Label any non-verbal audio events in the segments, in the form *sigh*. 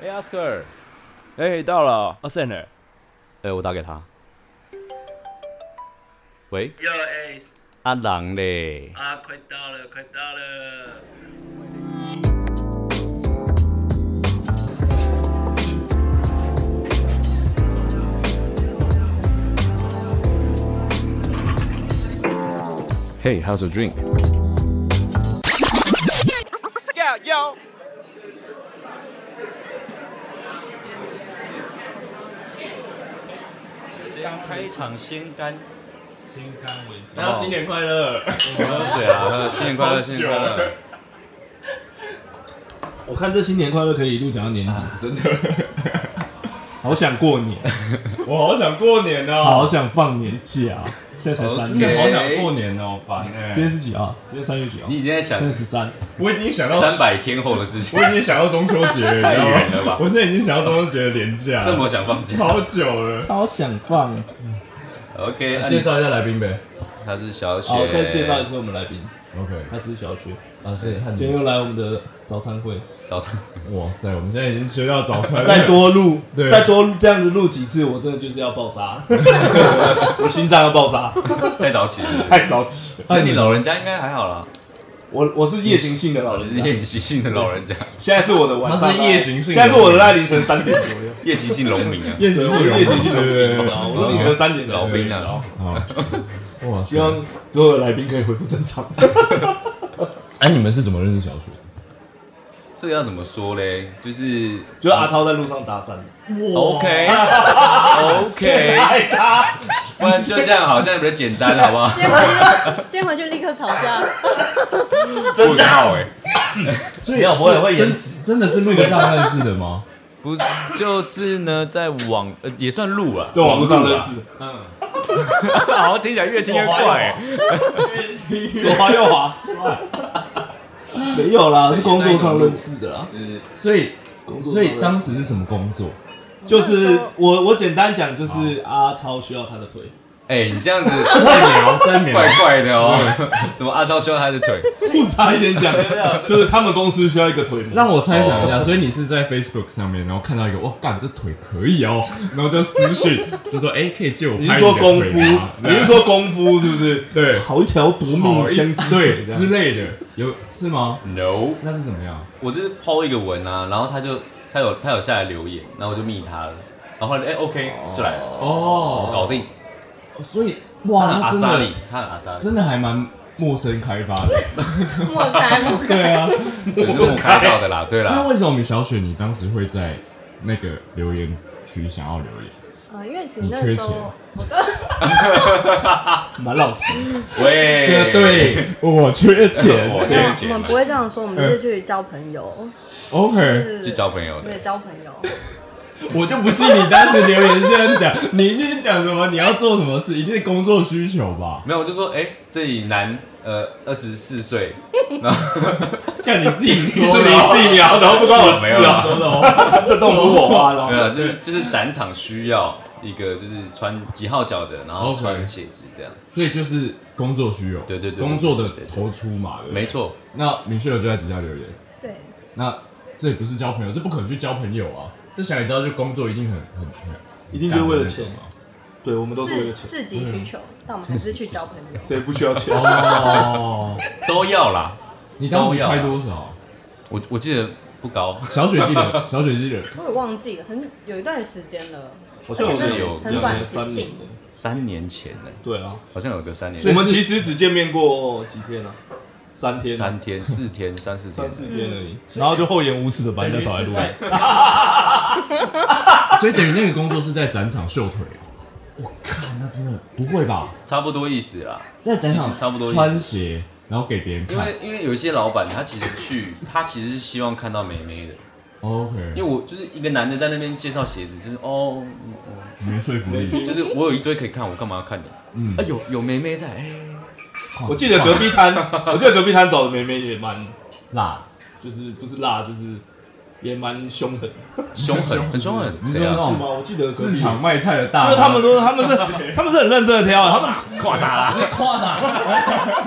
哎、o s c a r 哎、到了 a s c e n d e r 哎、我打给他。喂，哟哎，阿郎嘞，啊，快到了，快到了！ Hey, how's a drink? 刚开场先干，先干为敬。大家新年快乐！喝水啊，喝新年快乐，新年快乐。我看这新年快乐可以一路讲到年底，真的，好想过年，我好想过年哦、好想放年假，现在才三真的好月，想过年哦、烦哎、今天是几号？今天三月几号？你已经在想三月十三，我已经想到三百天后的事情 *laughs* 我，已经想到中秋节了，你知太道吗远了吧？我现在已经想到中秋节的连假了，这么想放假好久了。超想放。啊？OK，、啊、介你绍一下来宾呗。他是小雪，好，再介绍一次我们来宾， OK，他是小雪，啊是汉今天又来我们的早餐会，早上 *laughs* 哇塞，我们现现在已经吃到早餐了，再多录，对再多这样子录几次，我真的就是要爆炸， *laughs* 我心脏要爆炸，太早起了是不是。太早起了。哎，你老人家应该还好啦，我我是夜行性的 *laughs* 老你人是家，夜习性的老人家，现在是我的晚上，啊他是夜行性的现在是我的哦在凌晨三点左右，夜习性农民啊，夜行性，夜行性，对对对。我都凌晨三点 *laughs* 才老睡兵啊，在哇希塞，望之后的来宾可以恢复正常。哎，你们是怎么认识小雪的？这个要怎么说嘞？就是 *laughs* 就阿超在路上搭讪， OK *laughs* OK，爱他，不然就这样好像比较简单，好不好？接回去，接回去立刻吵架。问号哎，所以要不会会真真的是路上认识的吗？不是，就是呢，在网呃也算路啊，在网络上路认啊，识，好像听起来越听越怪欸，左滑右滑，没有 *laughs* 啦，是工作上认识的啦。就是所以工作上所以当认识时是什么工作？就是我我简单讲，就是阿超需要他的腿，哎，你这样子在聊，在聊怪怪的哦，怎么阿超修他的腿？复杂一点讲， *laughs* 就是他们公司需要一个腿模。让我猜想一下，所以你是在 Facebook 上面，然后看到一个，哇，干这腿可以哦，然后就私讯，就说，哎，可以借我你是拍说的功腿夫吗？？你是说功夫是不是？啊对好一条夺命香鸡对腿这样之类的，有是吗？ No，那是怎么样？我只是抛一个文啊，然后他就他有他有下来留言，然后我就密他了，然后后来哎 OK 就来了，哦搞定。所以他哇，哦的那阿真萨的里，他的阿萨里，真的还蛮陌生开发的。 *laughs* 莫开莫 *laughs* 开，对啊，这是我看到的啦，对那啦，为什么小雪你当时会在那个留言区想要留言？呃，因为其实那时候蛮老实。喂，哎对啊，，对，我缺钱。我没有缺，我钱们啊不，会这样说，我们是去交朋友， OK，是去交朋友对的，交朋友。我就不信你当时留言这样讲，你一定是讲什么？你要做什么事？一定是工作需求吧？没有，我就说哎，这里男呃二十四 *laughs* 岁，看你自己说是的你哦。自己聊，然后不关我没有啦，这动如火花了没。有，就是就是展场需要一个就是穿几号脚的，然后 OK 穿鞋子这样，所以就是工作需求，对对对对工作的投出嘛，对不对没。错，那明秀就在底下留言，对，那这也不是交朋友，这不可能去交朋友啊！这想也知道，就工作一定很很很，一定就是为了钱嘛。对，我们都是为是了钱，自己需求，嗯但我们还是去交朋友。谁不需要 *laughs* 钱？哦，都要啦。你当时啊开多少？我我记得不高，小雪记 *laughs* 得，小雪记得，我也忘记了，很有一段时间了，好而像且我那们是有种很短期性。的。三年前呢，对啊，好像有个三年，我们其实只见面过几天啊，三天、三天、四天、三四天三，四天而嗯已，然后就厚颜无耻的把人家找来录。所以等于那个工作是在展场秀腿啊。我看那真的不会吧？差不多意思啦。在展场其实差不多意思穿鞋，然后给别人因看为。因为有一些老板他其实 *laughs* 去，他其实是希望看到美眉的。因为 OK，我就是一个男的在那边介绍鞋子，就是哦，嗯没说服力。嗯就是我有一堆可以看，我干嘛要看你？嗯啊，有有妹妹在，哎、 *laughs* 我记得隔壁摊，我记得隔壁摊找的妹妹也蛮，辣就是不是辣，就是也蛮凶狠的，凶狠，很凶狠，你谁说啊？那是种吗？我记得隔壁市场卖菜的大，就是他们都他们是他们是很认真的挑，他们挂啥啦？ *laughs* 夸张，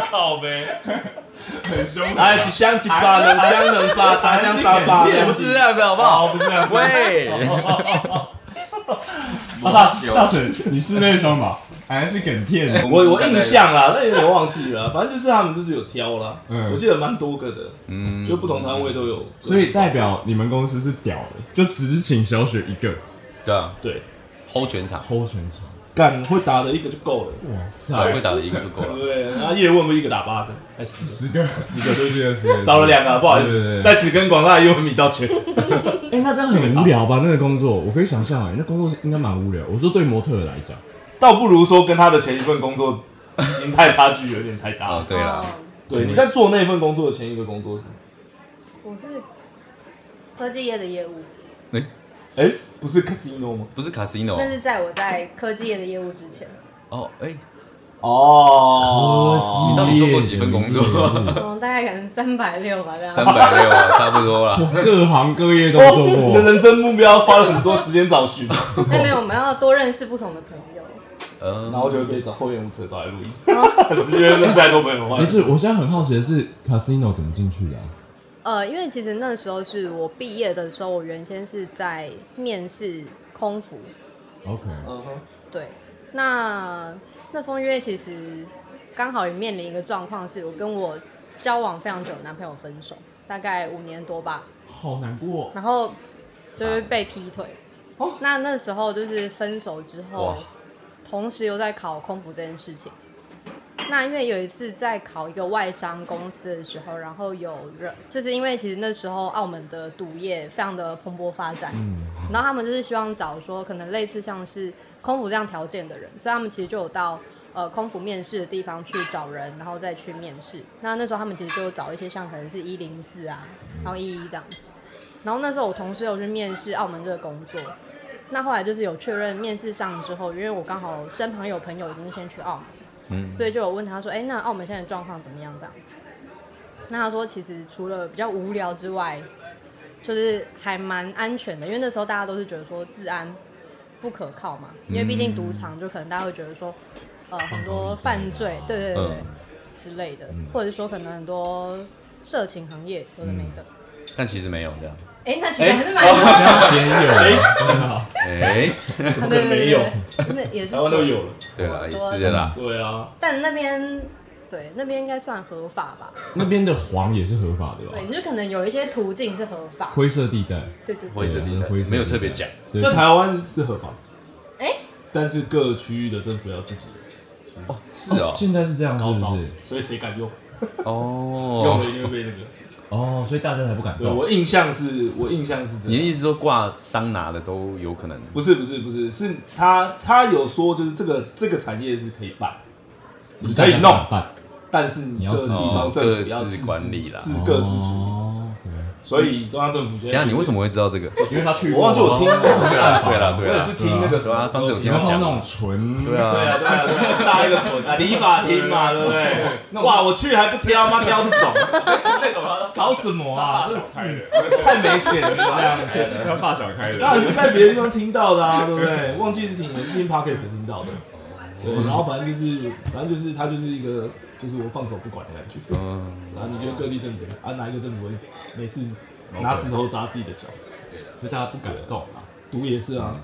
靠呗，很凶的，哎几箱一把，两箱两把，三箱三把，不是这样子，好不好？不是这样， *laughs* 喂，啊大大婶，你是那双吧？还是梗 *laughs* 骗的？我我印象啦，那有点忘记了， *laughs* 反正就是他们就是有挑啦，嗯我记得蛮多个的，嗯就不同摊位都有，所以代表你们公司是屌的，就只请小雪一个对啊对， ，hold 全场，偷全场，干会打的一个就够了，哇对，塞会，打的一个就够对不了。对？然后叶问不是一个打八个，还是十个十个对对 *laughs* 对，少了两个，不好意对对思，对在此跟广大的叶问迷道 *laughs* 歉。哎，那这样很无聊吧？那个工作，我可以想象，哎，那工作应该蛮无聊。我说对模特儿来讲，倒不如说跟他的前一份工作形态差距有点太大哦了。，对了，嗯对，你在做那份工作的前一个工作是什么？我是科技业的业务，哎、不是 casino 吗？不是 casino 那哦是在我在科技业的业务之 *laughs* 前，哦，哎，哦你到底做过几份工 *laughs* 作？嗯，大概可能三百六吧这样。三百六啊， *laughs* 差不多啦。各行各业都做哦，你的过，人生目标花了很多时间找寻，然但没有，我们要多认识不同的朋友。嗯，后就会被找后援无车找来录音，很直接认识太多朋友了。不是，我现在很好奇的是，casino 怎么进去的啊？呃，因为其实那时候是我毕业的时候，我原先是在面试空服， OK，嗯哼，对，那那时候因为其实刚好也面临一个状况，是我跟我交往非常久的男朋友分手，大概五年多吧，好难过。哦然后就是被劈腿。那那时候就是分手之后哇，同时又在考空服这件事情。那因为有一次在考一个外商公司的时候，然后有人就是因为其实那时候澳门的赌业非常的蓬勃发展，嗯，然后他们就是希望找说可能类似像是空服这样条件的人，所以他们其实就有到呃空服面试的地方去找人，然后再去面试。那那时候他们其实就有找一些像可能是一零四啊，然后一一这样子。然后那时候我同事有去面试澳门这个工作，那后来就是有确认面试上之后，因为我刚好身旁有朋友已经先去澳门，嗯所以就有问他说：“哎、那澳门现在状况怎么样？”这样子。那他说，其实除了比较无聊之外，就是还蛮安全的，因为那时候大家都是觉得说治安不可靠嘛，嗯因为毕竟赌场就可能大家会觉得说，呃，很多犯罪，对对对对、嗯之类的，或者说可能很多色情行业有的没嗯的。但其实没有这样。哎、那其实还是蛮多的，边有哎，啊，对对对对对那也是台湾都有了。对了，也是的啦。对啊，但那边对那边应该算合法吧？那边的黄也是合法的对，吧？你就可能有一些途径是合法，灰色地带，对对啊对啊灰色地带灰色地带没有特别讲，对在台湾是合法，哎但是各区域的政府要自己哦，是哦，现在是这样，是高招不是？，所以谁敢用，用哦 *laughs* 了，一定会被那个。哦，所以大家才不敢对动。我印象是，我印象是这你样的。意思说挂桑拿的都有可能？不是不是不是，是他他有说就是这个这个产业是可以办，只是你可以大家不弄敢，办，但是你你要各自地己方政府要各自自管理啦自各自处理。哦，OK 所以中央政府现等一下在你为什么会知道这个？因为他去我忘记我听，我对啦，对啦，对也啦是。听那个什对啊，么上次有你听们他碰到讲那，种纯对 *laughs* 对啊，啊对啊对啊，大一个蠢啊，理发厅嘛，对不对？哇，我去还不挑，妈挑这种，搞什么啊？真是太没钱了，这样。他发小开的，当然是在别的地方听到的啊，对不对？忘记是听是听 podcast 听到的。对，然后反正就是，反正就是他就是一个，就是我放手不管的感觉。嗯，然后你就各地政府啊，哪一个政府没事拿石头砸自己的脚？所以大家不敢动啊。赌也是啊，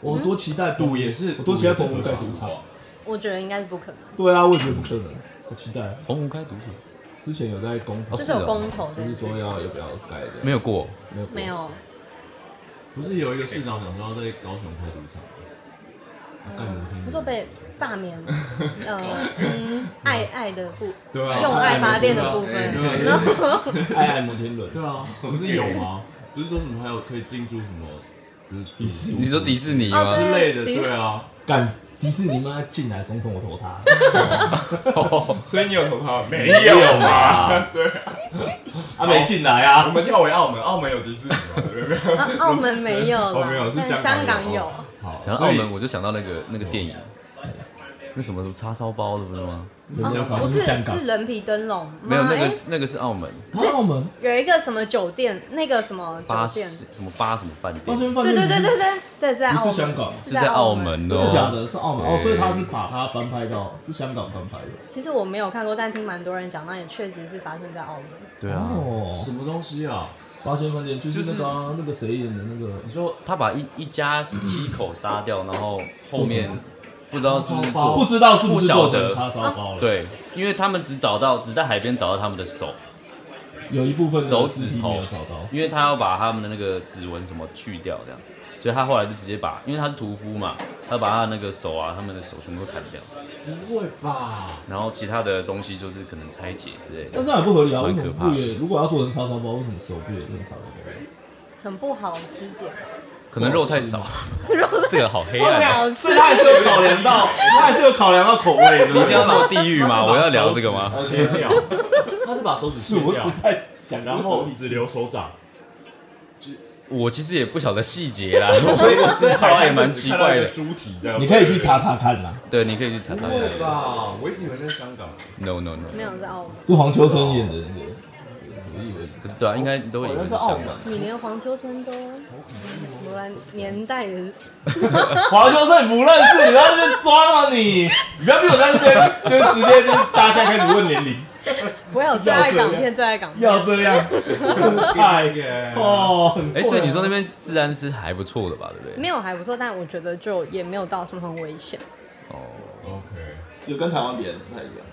我多期待赌也是我多期待澎湖盖赌场。我觉得应该是不可能，对啊，我也觉得不可能，我期待。澎湖开赌场之前有在公投哦就是是哦有公投这就件是事说情，要要不要盖的，没有过，没有没有，不是有一个市长想说要在高雄开赌场，他干摩天他说被罢免，呃，嗯，爱爱的部，对啊，用爱发电的部哎分，对啊，爱爱摩天轮，对啊，不是有吗？不是说什么还有可以进驻什么，就是迪士你说迪士尼哦吗对？之类的，对啊，干迪士尼妈进来，总统我投他。所以你有投他吗没 *laughs* 没有嘛，他没进来啊我。们跳回澳门，澳门有迪士尼吗？对不对啊澳门没有啦，哦没有是但香香港港有有，好，想到澳所以门，我就想到那个那个电影，那什么什么叉烧包的不是吗？哦不是香港是人皮灯笼吗，没有那个诶是那个是澳门澳门有一个什么酒店，那个什么八什酒店，什么八什么饭八店，仙饭对店对对对对，对在澳不门，是香港，是在澳门的真哦的假的？是澳门哦，对所以他是把它翻拍到是香港翻拍的其实我没有看过，但听蛮多人讲，那也确实是发生在澳门。对啊，哦。什么东西啊？八仙饭店就是那个啊那个谁演的那个你说他把一一家七口杀掉，然后后面不知道是不是哦不做知道是不不是晓做得成叉烧包了？，对，因为他们只找到只在海边找到他们的手，有一部分的手尸指体头没有找到，因为他要把他们的那个指纹什么去掉，这样，所以他后来就直接把，因为他是屠夫嘛，他把他的那个手啊，他们的手全部都砍掉，不会吧？然后其他的东西就是可能拆解之类但的。这样也不合理啊！为蛮什可么怕的不也？如果要做成叉烧包，为什么手不也做成叉烧包？很不好肢解，可能肉太哦少， *laughs* 这个好黑不暗哦，好吃所以。他也是有考量到，他也是有考量到口味的，一定要闹地狱吗？我要聊这个吗？切掉，他是把手指是切我掉只，在想，然后只留手掌，我其实也不晓得细节啦， *laughs* 我我知道也蛮奇怪的就只。看到一个猪蹄这样你可以去查查看啦。对，你可以去查不查会看。吧？我一直以为那是香港， No No No，没有在澳门，是黄秋生演的那个，我以为不是对啊，应该都以为是香港。你连黄秋生都，我来年代也是黄秋生你不认识，你不要在那边装啊你！你不要逼我在那边，就是直接就是大家开始问年龄，我有最爱港片，最爱港片。要这样，太哦！哎，所以你说那边治安是还不错的吧？对不对？没有还不错，但我觉得就也没有到什么很危险。哦， OK，有跟台湾别人不太一样，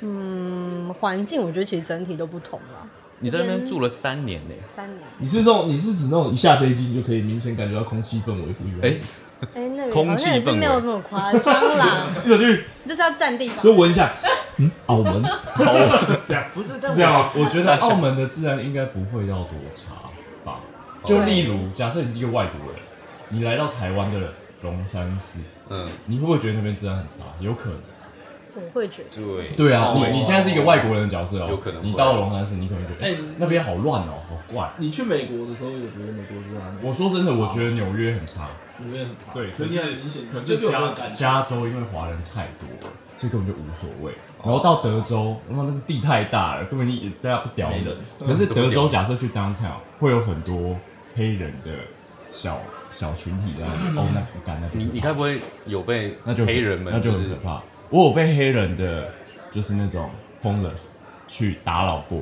嗯，环境我觉得其实整体都不同了。你在那边住了三年呢。三年，你是这种，你是指那种一下飞机你就可以明显感觉到空气氛围不嗯一样，哎，哎、那个空好气像也是氛围没有这么夸张啦， *laughs* 一走进去就是要占地方就。闻一下，嗯，澳门，这样不是是这样吗我觉得澳门的治安应该不会要多差吧？就例如，假设你是一个外国人，你来到台湾的龙山寺，嗯，你会不会觉得那边治安很差？有可能。我会觉得，对，对啊，哦你你现在是一个外国人的角色哦，有可能会你到了龙山寺，你可能会觉得，哎，那边好乱哦，好怪。你去美国的时候有觉得美国治安我说真的，我觉得纽约很差。里面很差，对，可可是是很明显，可是这就有加感觉加州因为华人太多了，所以根本就无所谓。然后到德州，他妈那个地太大了，根本你大家不屌没人人。可是德州假设去 downtown 会有很多黑人的小小群体在那里，哦，那不敢，那就你不嗯你敢该不会有被那就黑人们那就就是很可怕。我有被黑人的，就是那种 homeless 去打扰过。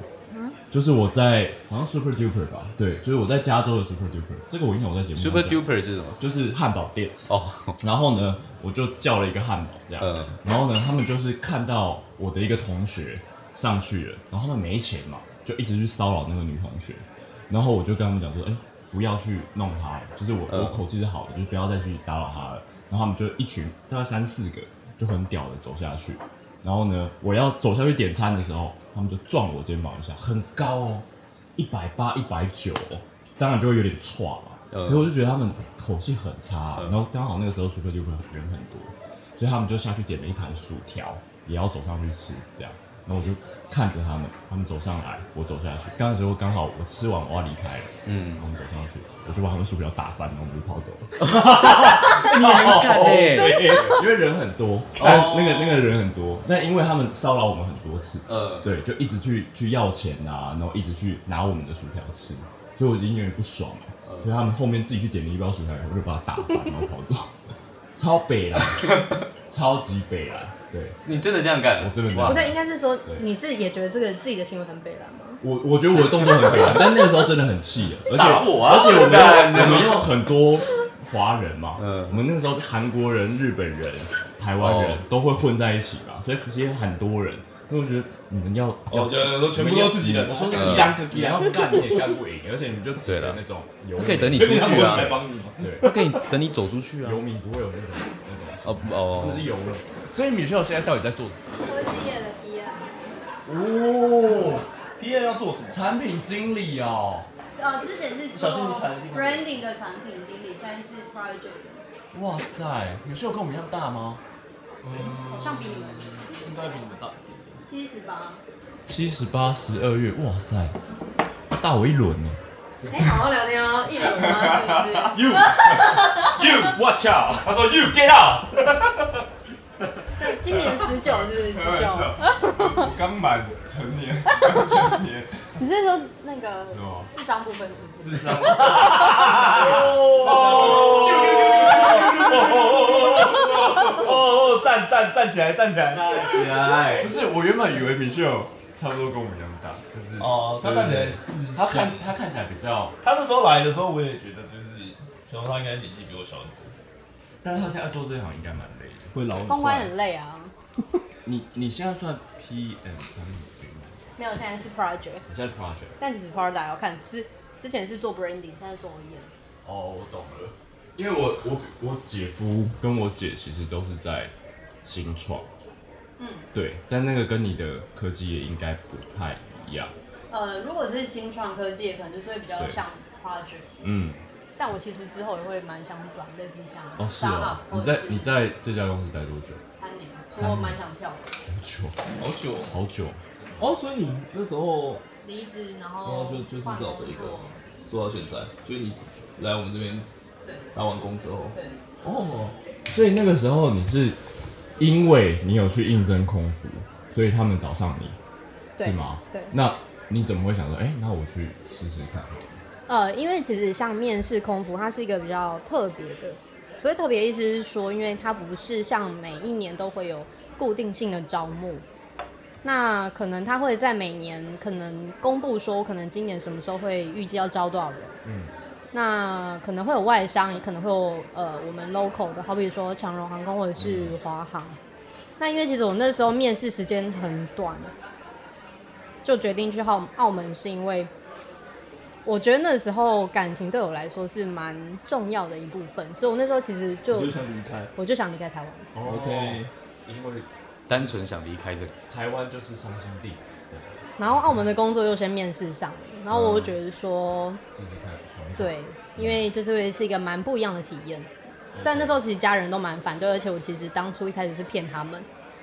就是我在好像 Super Duper 吧，对，就是我在加州的 Super Duper，这个我应该我在节目上 Super 讲 Duper 是什么？就是汉堡店，哦，然后呢，我就叫了一个汉堡这样，嗯然后呢，他们就是看到我的一个同学上去了，然后他们没钱嘛，就一直去骚扰那个女同学，然后我就跟他们讲说，哎、不要去弄她了，就是我、嗯我口气是好的，就不要再去打扰她了。然后他们就一群大概三四个就很屌的走下去，然后呢，我要走下去点餐的时候，他们就撞我肩膀一下，很高哦，一百八、一百九，哦当然就会有点歘嘛。嗯可是我就觉得他们口气很差啊、嗯然后刚好那个时候 Super Duper 人很多，所以他们就下去点了一盘薯条，也要走上去吃，这样。然后我就看着他们，他们走上来，我走下去。刚的时候刚好我吃完我要离开了，嗯然，后我们走上去，我就把他们薯条打翻，然后我们就跑走了。뭐 哎，因为人很多，但那个那个人很多，但因为他们骚扰我们很多次，呃，对，就一直去去要钱啊，然后一直去拿我们的薯条吃，所以我已经有点不爽嗯了。所以他们后面自己去点了一包薯条以后，我就把它打翻，然后跑走， *laughs* 超北啦，超级北啦。对你真的这样干？我真的这样哇不对，应该是说对你是也觉得这个自己的行为很北蓝吗？我，我觉得我的动作很北啦，但那个时候真的很气了，而打且我啊！而且我们又我们又很多华人嘛，嗯我们那个时候韩国人、日本人、台湾人哦都会混在一起嘛，所以其实很多人，所以我觉得你们要要哦得都全部都自己人，我说是一单个你一要单，干你也干不赢，而且你就只对能了那种游民，可以等你所以你出他去们啊过去来帮你吗？对，可以等你走出去啊游。民不会有那种那哦种，不他们是哦，游民。所以米秀现在到底在做什么？科技业的 PR，哦，别人要做什么？产品经理哦，呃，之前是小心你传的地方 branding 的产品经理，现在是 project，哇塞，米秀跟我们一样大吗？好像比你们应该比你们大。七十吧。七十八十二月，哇塞，大我一轮呢。哎、好好聊天哦，一轮吗？是不 You 是？you watch out！他说 You get out！这今年十九是不是？*laughs* 十开玩九笑，，我刚满成年，刚成年你是说那个是吗？智商部分是不是？智商， 아,哦哦，站站站起来，站起来。起来不是我原本以为米秀差不多跟我们一样大，但是哦，他看起来是他看他看起来比较，他那时候来的时候，我也觉得就是，想说他应该年纪比我小很多。但是他现在做这一行应该蛮累的，会劳很公关很累啊，你你现在算 PM 产品经理吗，没有，现在是 project，你现在 project 但其实 project 要看是之前是做 branding，现在做 OEM，哦，我懂了，因为我我我姐夫跟我姐其实都是在新创，嗯，对，但那个跟你的科技也应该不太一样，呃，如果是新创科技，可能就是会比较对像 project。嗯，但我其实之后也会蛮想转，类似像哦是 startup 哦，你或者在是你在这家公司待多久？三年，所三以我年蛮想跳的，好好久，久哦好久，哦，所以你那时候离职然哦后就就是换找工这一个作，做到现在，所以你来我们这边对打完工之后，对，哦，所以那个时候你是因为你有去应征空服，所以他们找上你，对是吗？对那你怎么会想说，哎、那我去试试看？呃，因为其实像面试空服，它是一个比较特别的，所以特别意思是说，因为它不是像每一年都会有固定性的招募，那可能它会在每年可能公布说，我可能今年什么时候会预计要招多少人，嗯，那可能会有外商，也可能会有呃我们 local 的，好比说长荣航空或者是华航。那因为其实我那时候面试时间很短，就决定去澳澳门，是因为我觉得那时候感情对我来说是蛮重要的一部分，所以我那时候其实就我就想离开。我就想离开台湾。 OK，哦因为单纯想离开这个，台湾就是伤心地，然后澳门的工作又先面试上了，然后我就觉得说，试试看，闯一闯。对，因为就是会是一个蛮不一样的体验。虽然那时候其实家人都蛮反对，而且我其实当初一开始是骗他们，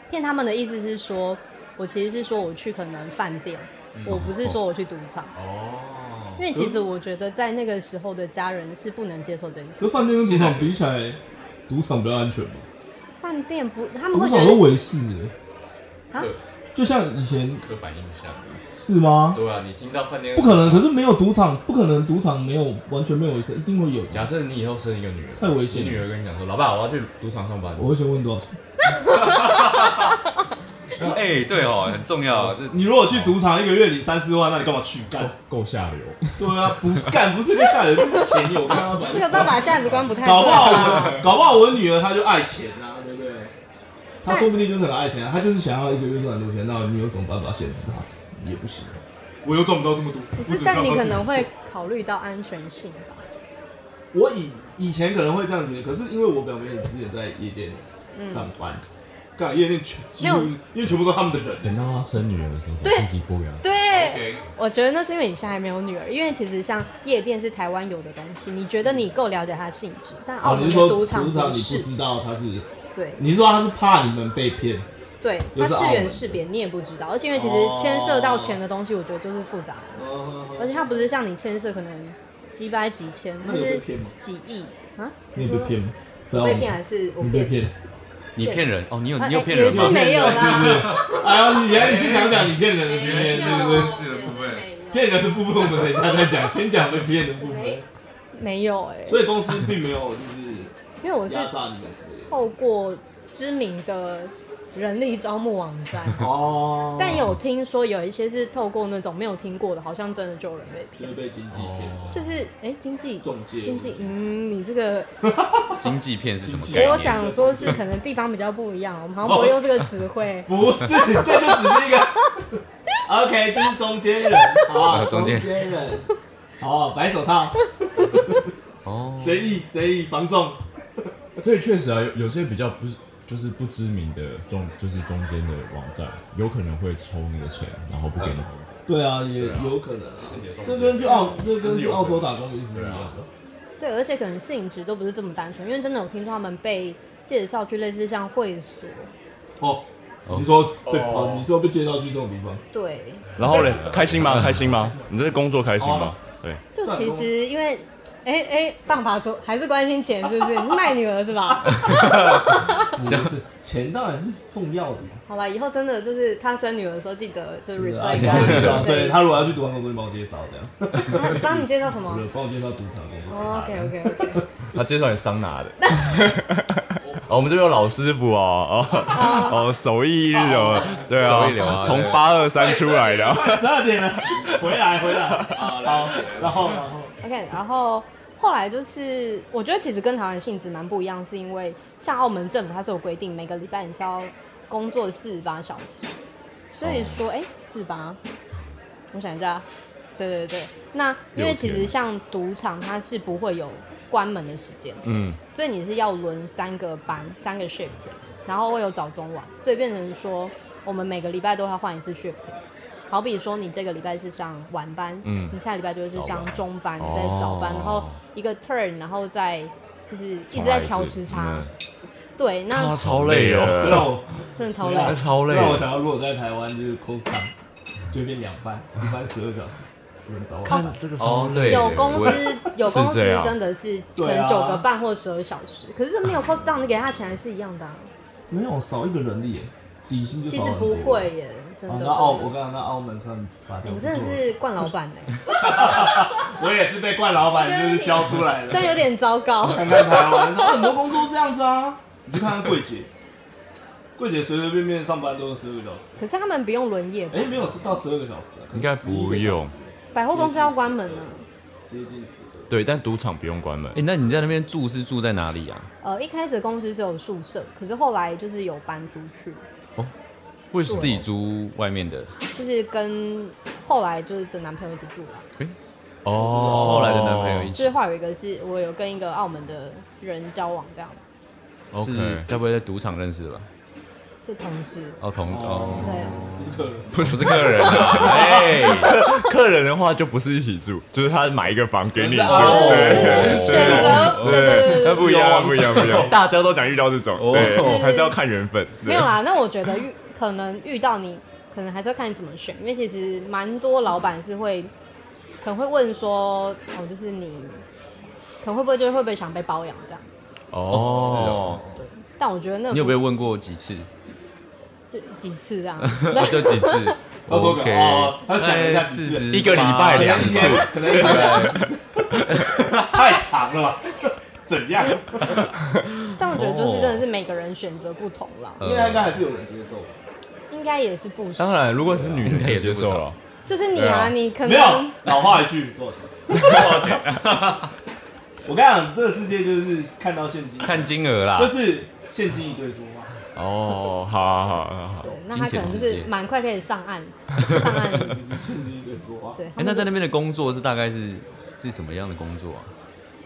骗他们的意思是说，我其实是说我去可能饭店，嗯我不是说我去赌场，哦因，为其实我觉得在那个时候的家人是不能接受这一切。和饭店跟赌场比起来，赌场比较安全吧？饭店不，他们赌会觉场都得违事啊，就像以前刻板印象，是吗？对啊，你听到饭店不可能，可是没有赌场，不可能赌场没有完全没有违事，一定会有。假设你以后生一个女儿，太危险你女儿跟你讲说，老爸，我要去赌场上班，我会先问多少钱。哎，对哦，很重要，这你如果去赌场一个月领三四万，那你干嘛去哦干？够下 *laughs* 流。对啊，不是干，不是个下人，是钱有看到这个爸爸价值观不太搞不对好啊。我，搞不好我女儿她就爱钱啊，对不对？他说不定就是很爱钱啊，他就是想要一个月赚很多钱，那你有什么办法限制他？也不行。我又赚不到这么多。不是，但你可能会考虑到安全性吧。我以以前可能会这样子，可是因为我表妹之前在夜店上班，干夜店全几乎嗯没有因为全部都是他们的人，等到她生女儿的时候，对自己播给她。对我觉得那是因为你现在还没有女儿，因为其实像夜店是台湾有的东西，你觉得你够了解它的性质，但澳哦，门你的是说赌赌场场你是不，知道他是？对你是说他是怕你们被骗？对，就它是是澳门远的是扁你也不知道，而且因为其实哦牵涉到钱的东西，我觉得就是复杂的，而哦，且它不是像你牵涉可能几百几千，它那有被是骗吗几亿啊？你也被骗吗？在我澳被门骗还是我你被？骗？你骗人哦，你有啊你有哎骗人也是吗？没有啦，哎呀，你原来你是想讲你骗人的经没验，有对不对？是的部分也是没有骗人的部分我们等一下再讲，先讲被骗的部哎分。没有哎，所以公司并没有就是因为我是压榨你们之类的。透过知名的人力招募网站。哦但有听说有一些是透过那种没有听过的，好像真的就有人被就骗是，被经济骗，就是哎、诶经济中介经济，嗯，你这个经济骗是什么经济。概我念？想说是可能地方比较不一样，我们 *laughs* 好像不会用这个词汇不是，这就只是一个 *laughs* OK，就是中间人，好不好啊中间间人，好不好白手套，哦，随意随意防重，所以确实啊，有有些比较不是就是不知名的中就是中间的网站，有可能会抽那个钱，然后不给你回复。对啊，也对啊有可能啊。你的中这跟去澳，这就跟是去有澳洲打工也是一对样啊的。对，而且可能性质都不是这么单纯，因为真的有听说他们被介绍去类似像会所，哦，哦你说被哦哦，你说被介绍去这种地方，对，然后嘞，开心吗？开心吗？你这工作开心吗？对，就其实因为哎哎，棒法主还是关心钱是不是？你卖女儿是吧？不是钱当然是重要的嘛。好了，以后真的就是他生女儿的时候，记得就是对啊 reply 帮我介绍，他。对他如果要去赌场工作，你帮我介绍这样，他 *laughs* 帮你介绍什么哦对帮我介绍赌场工作。 ？OK OK OK。他介绍你桑拿的。哦，我们这边有老师傅哦，哦哦，手艺一日哦，对手艺流啊啊，从对八二三出来的，快十二点了，回来回来。好，好了解，然后然后 OK，然后后来就是，我觉得其实跟台湾性质蛮不一样，是因为像澳门政府它是有规定，每个礼拜你是要工作四十八小时，所以说，哎、四八，我想一下，啊对对对，那因为其实像赌场它是不会有关门的时间，嗯，所以你是要轮三个班、三个 shift，然后会有早中晚，所以变成说我们每个礼拜都要换一次 shift。好比说你这个礼拜是上晚班，嗯你下礼拜就是上中班，哦再早班，然后一个 turn，然后再就是一直在调时差。嗯对，那他超累哦，这让我真的超累对。啊他超这累哦让我想到，如果在台湾就是 close down，就会变两班，一班十二小时，不能早晚。看这个哦超累，有公我司有公司是这样真的是可对能啊九个半或十二小时，可是没有 cost down，你给他钱还是一样的啊、没有少一个人力耶，底薪就其少实哦很多不会耶，真啊，的。那澳我刚刚那澳门算八你点，们真的是惯老板哎、我也是被冠老板就是教出来的。这有点糟 *laughs* 糕。看看台湾，然后很多工作这样子啊，你去看看柜姐，柜姐随随便便上班都是十二个小时，可是他们不用轮夜吧，哎、没有到十二个小时啊，可能应该11个不用小时百货公司要关门了。啊接近十个。对，但赌场不用关门哎、，那你在那边住是住在哪里啊？呃，一开始公司是有宿舍，可是后来就是有搬出去，为什么自己租外面的？就是跟后来就是的男朋友一起住了。哦，后来的男朋友一就起是后来有一个是我有跟一个澳门的人交往，这样是 OK，该不会在赌场认识的吧？就同事。哦，同 *laughs* 哦，对，不是客人啊， *laughs* 哎，客人的话就不是一起住，就是他买一个房给你住，哦对就是选择，对对对那对不一样，不一样，不一样， *laughs* 大家都想遇到这种，对，是还是要看缘分，没有啦。那我觉得遇可能遇到你，可能还是要看你怎么选，因为其实蛮多老板是会可能会问说，哦，就是你可能会不会就会不会想被包养这样。哦，对，但我觉得那个你有没有问过几次？就几次 *laughs* 这样？哦，就几次。他说可 OK，哎能哦，他想一下四几次十一个礼拜两次，可能一百二十 *laughs* 太长了吧？怎样？但我觉得就是真的是每个人选择不同哦啦，呃应该应该还是有人接受吧。应该也是不少。当然，如果是 *laughs* 女应该的也也是接不受少了，就是你对啊，啊你可没有能，老话一句，多少钱？ *laughs* 多少钱？我跟你讲，这个世界就是看到现金，看金额啦就，是现金一对说话。哦，好好好好好对，，那他可能就金钱世是界蛮快可以上 *laughs* 岸，上岸。就是现金一对说话。对，哎、那在那边的工作是大概是是什么样的工作啊？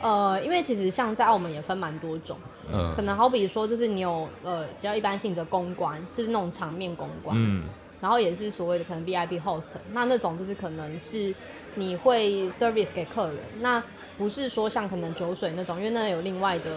呃，因为其实像在澳门也分蛮多种，嗯，可能好比说就是你有呃比较一般性质的公关，就是那种场面公关，嗯，然后也是所谓的可能 VIP host，那那种就是可能是你会 service 给客人，那不是说像可能酒水那种，因为那有另外的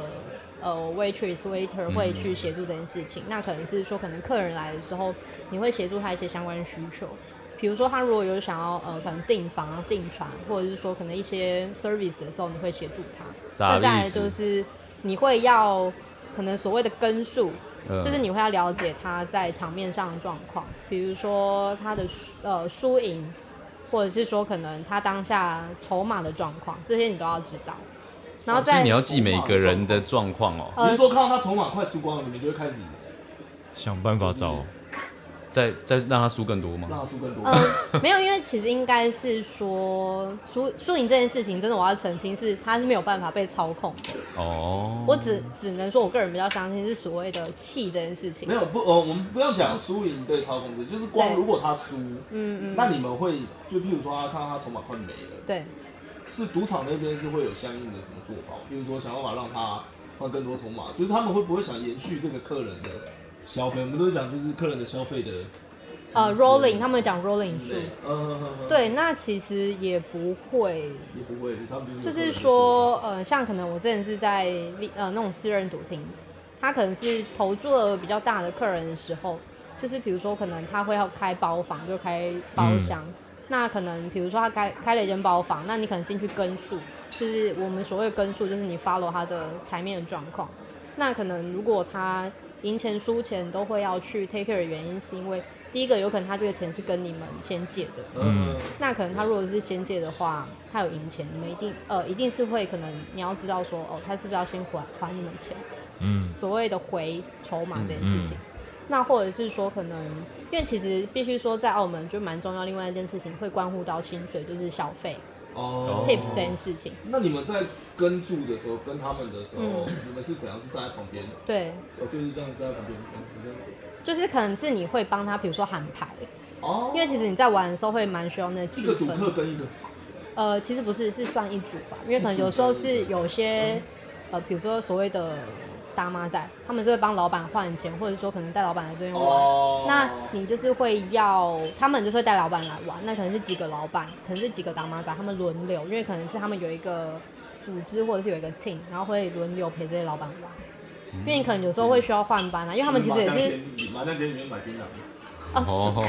呃 waitress waiter 会去协助这件事情，那可能是说可能客人来的时候，你会协助他一些相关需求。比如说，他如果有想要呃，可能订房啊、订船，或者是说可能一些 service 的时候，你会协助他。啥那再来意思就是你会要可能所谓的根数，嗯就是你会要了解他在场面上的状况，比如说他的输呃输赢，或者是说可能他当下筹码的状况，这些你都要知道。然后哦所再、以你要记每个人的状况哦，呃你是说看到他筹码快输光了，你们就会开始想办法找，再再让他输更多吗？让他输更多？呃， *laughs* 没有，因为其实应该是说输输赢这件事情，真的我要澄清是他是没有办法被操控的。哦，我只只能说，我个人比较相信是所谓的气这件事 *laughs* 情没。有不，呃，我们不要讲输赢对操控制，就是光对如果他输，嗯嗯，那你们会就譬如说他看到他筹码快没了，对，是赌场那边是会有相应的什么做法？譬如说想办法让他换更多筹码，就是他们会不会想延续这个客人的消费？我们都讲就是客人的消费的呃，rolling 他们讲 rolling 数，对，嗯，对，那其实也不会，也不会，他们就就是是说，呃，像可能我之前是在 V- 呃那种私人赌厅，他可能是投注额比较嗯大的客人的时候，就是比如说可能他会要开包房，就开包厢，那可能比如说他开开了一间包房，那你可能进去跟数，就是我们所谓的跟数，就是你 follow 他的台面的状况。那可能如果他赢钱输钱都会要去 take care 的原因，是因为第一个有可能他这个钱是跟你们先借的，嗯，那可能他如果是先借的话，他有赢钱，你们一定呃一定是会可能你要知道说哦，他是不是要先还还你们钱，嗯，所谓的回筹码这件事情。嗯那或者是说，可能因为其实必须说，在澳门就蛮重要。另外一件事情会关乎到薪水，就是消费、哦 tips 这件事情。那你们在跟住的时候，跟他们的时候，嗯你们是怎样？是站在旁边？对，我就是这样站在旁边。嗯这样就是可能是你会帮他，比如说喊牌，哦，因为其实你在玩的时候会蛮需要那一气个赌客氛。跟一个呃，其实不是，是算一组吧，因为可能有时候是有些呃，比如说所谓的大妈仔，他们是会帮老板换钱，或者说可能带老板来这边玩。哦，嗯那你就是会要，他们就是会带老板来玩，那可能是几个老板，可能是几个大妈仔，他们轮流，因为可能是他们有一个组织或者是有一个 team，然后会轮流陪这些老板玩。因为你可能有时候会需要换班啊，因为他们其实也是是麻将街里面买槟榔，哦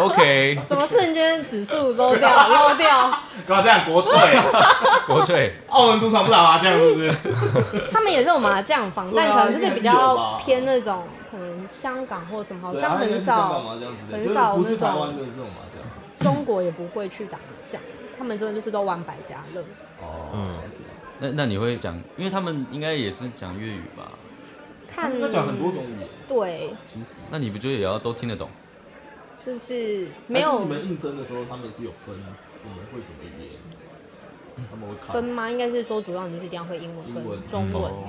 ，OK，怎么瞬间指数漏掉漏掉，不要这样 *laughs* 国粹，国粹，澳门赌场不打麻将是不是？他们也是有麻将房，对啊但可能就是比应该是有较吧偏那种可能香港或什么，好对像啊应该很是香港少麻将之类，很就是少不是那台种湾的这种麻将。中国也不会去打麻将，他们真的就是都玩百家乐。哦嗯，那那你会讲，因为他们应该也是讲粤语吧？看应该讲很多种语言，对，其实那你不就也要都听得懂？就是没还有是你们应征的时候，他们也是有分你们会什么语言，他们会看分吗？应该是说主要你就是一定要会英文英文跟中文，哦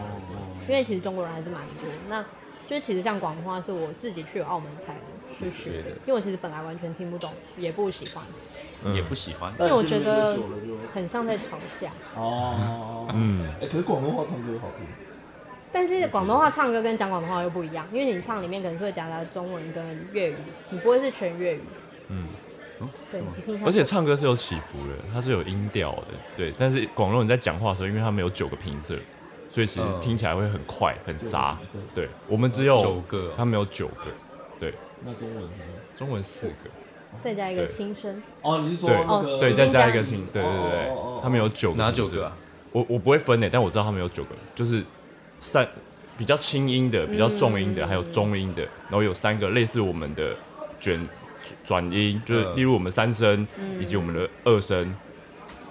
因为其实中国人还是蛮多。那就是其实像广东话是我自己去澳门才去学学的的，因为我其实本来完全听不懂，也不喜欢，嗯也不喜欢。但因为我去那觉边得久了就很像在吵架。哦，哦嗯，哎，可是广东话唱歌好听，但是广东话唱歌跟讲广东话又不一样，因为你唱里面可能是会夹杂中文跟粤语，你不会是全粤语。嗯，对，你听一下。而且唱歌是有起伏的，它是有音调的，对。但是广东人在讲话的时候，因为他们有九个平仄，所以其实嗯听起来会很快很杂九个平仄。对，我们只九有个他们有九个，对，那中文是什么？中文四个，再加一个对轻声，哦，你是说对那个对，已再经这加样一个清，对对对哦哦哦哦对，他们有九个哪平仄九个啊？我我不会分欸诶，但我知道他们有九个，就是三比较轻音的、比较重音的，嗯还有中音的，然后有三个类似我们的卷转音，就是嗯例如我们三声、嗯以及我们的二嗯声，啊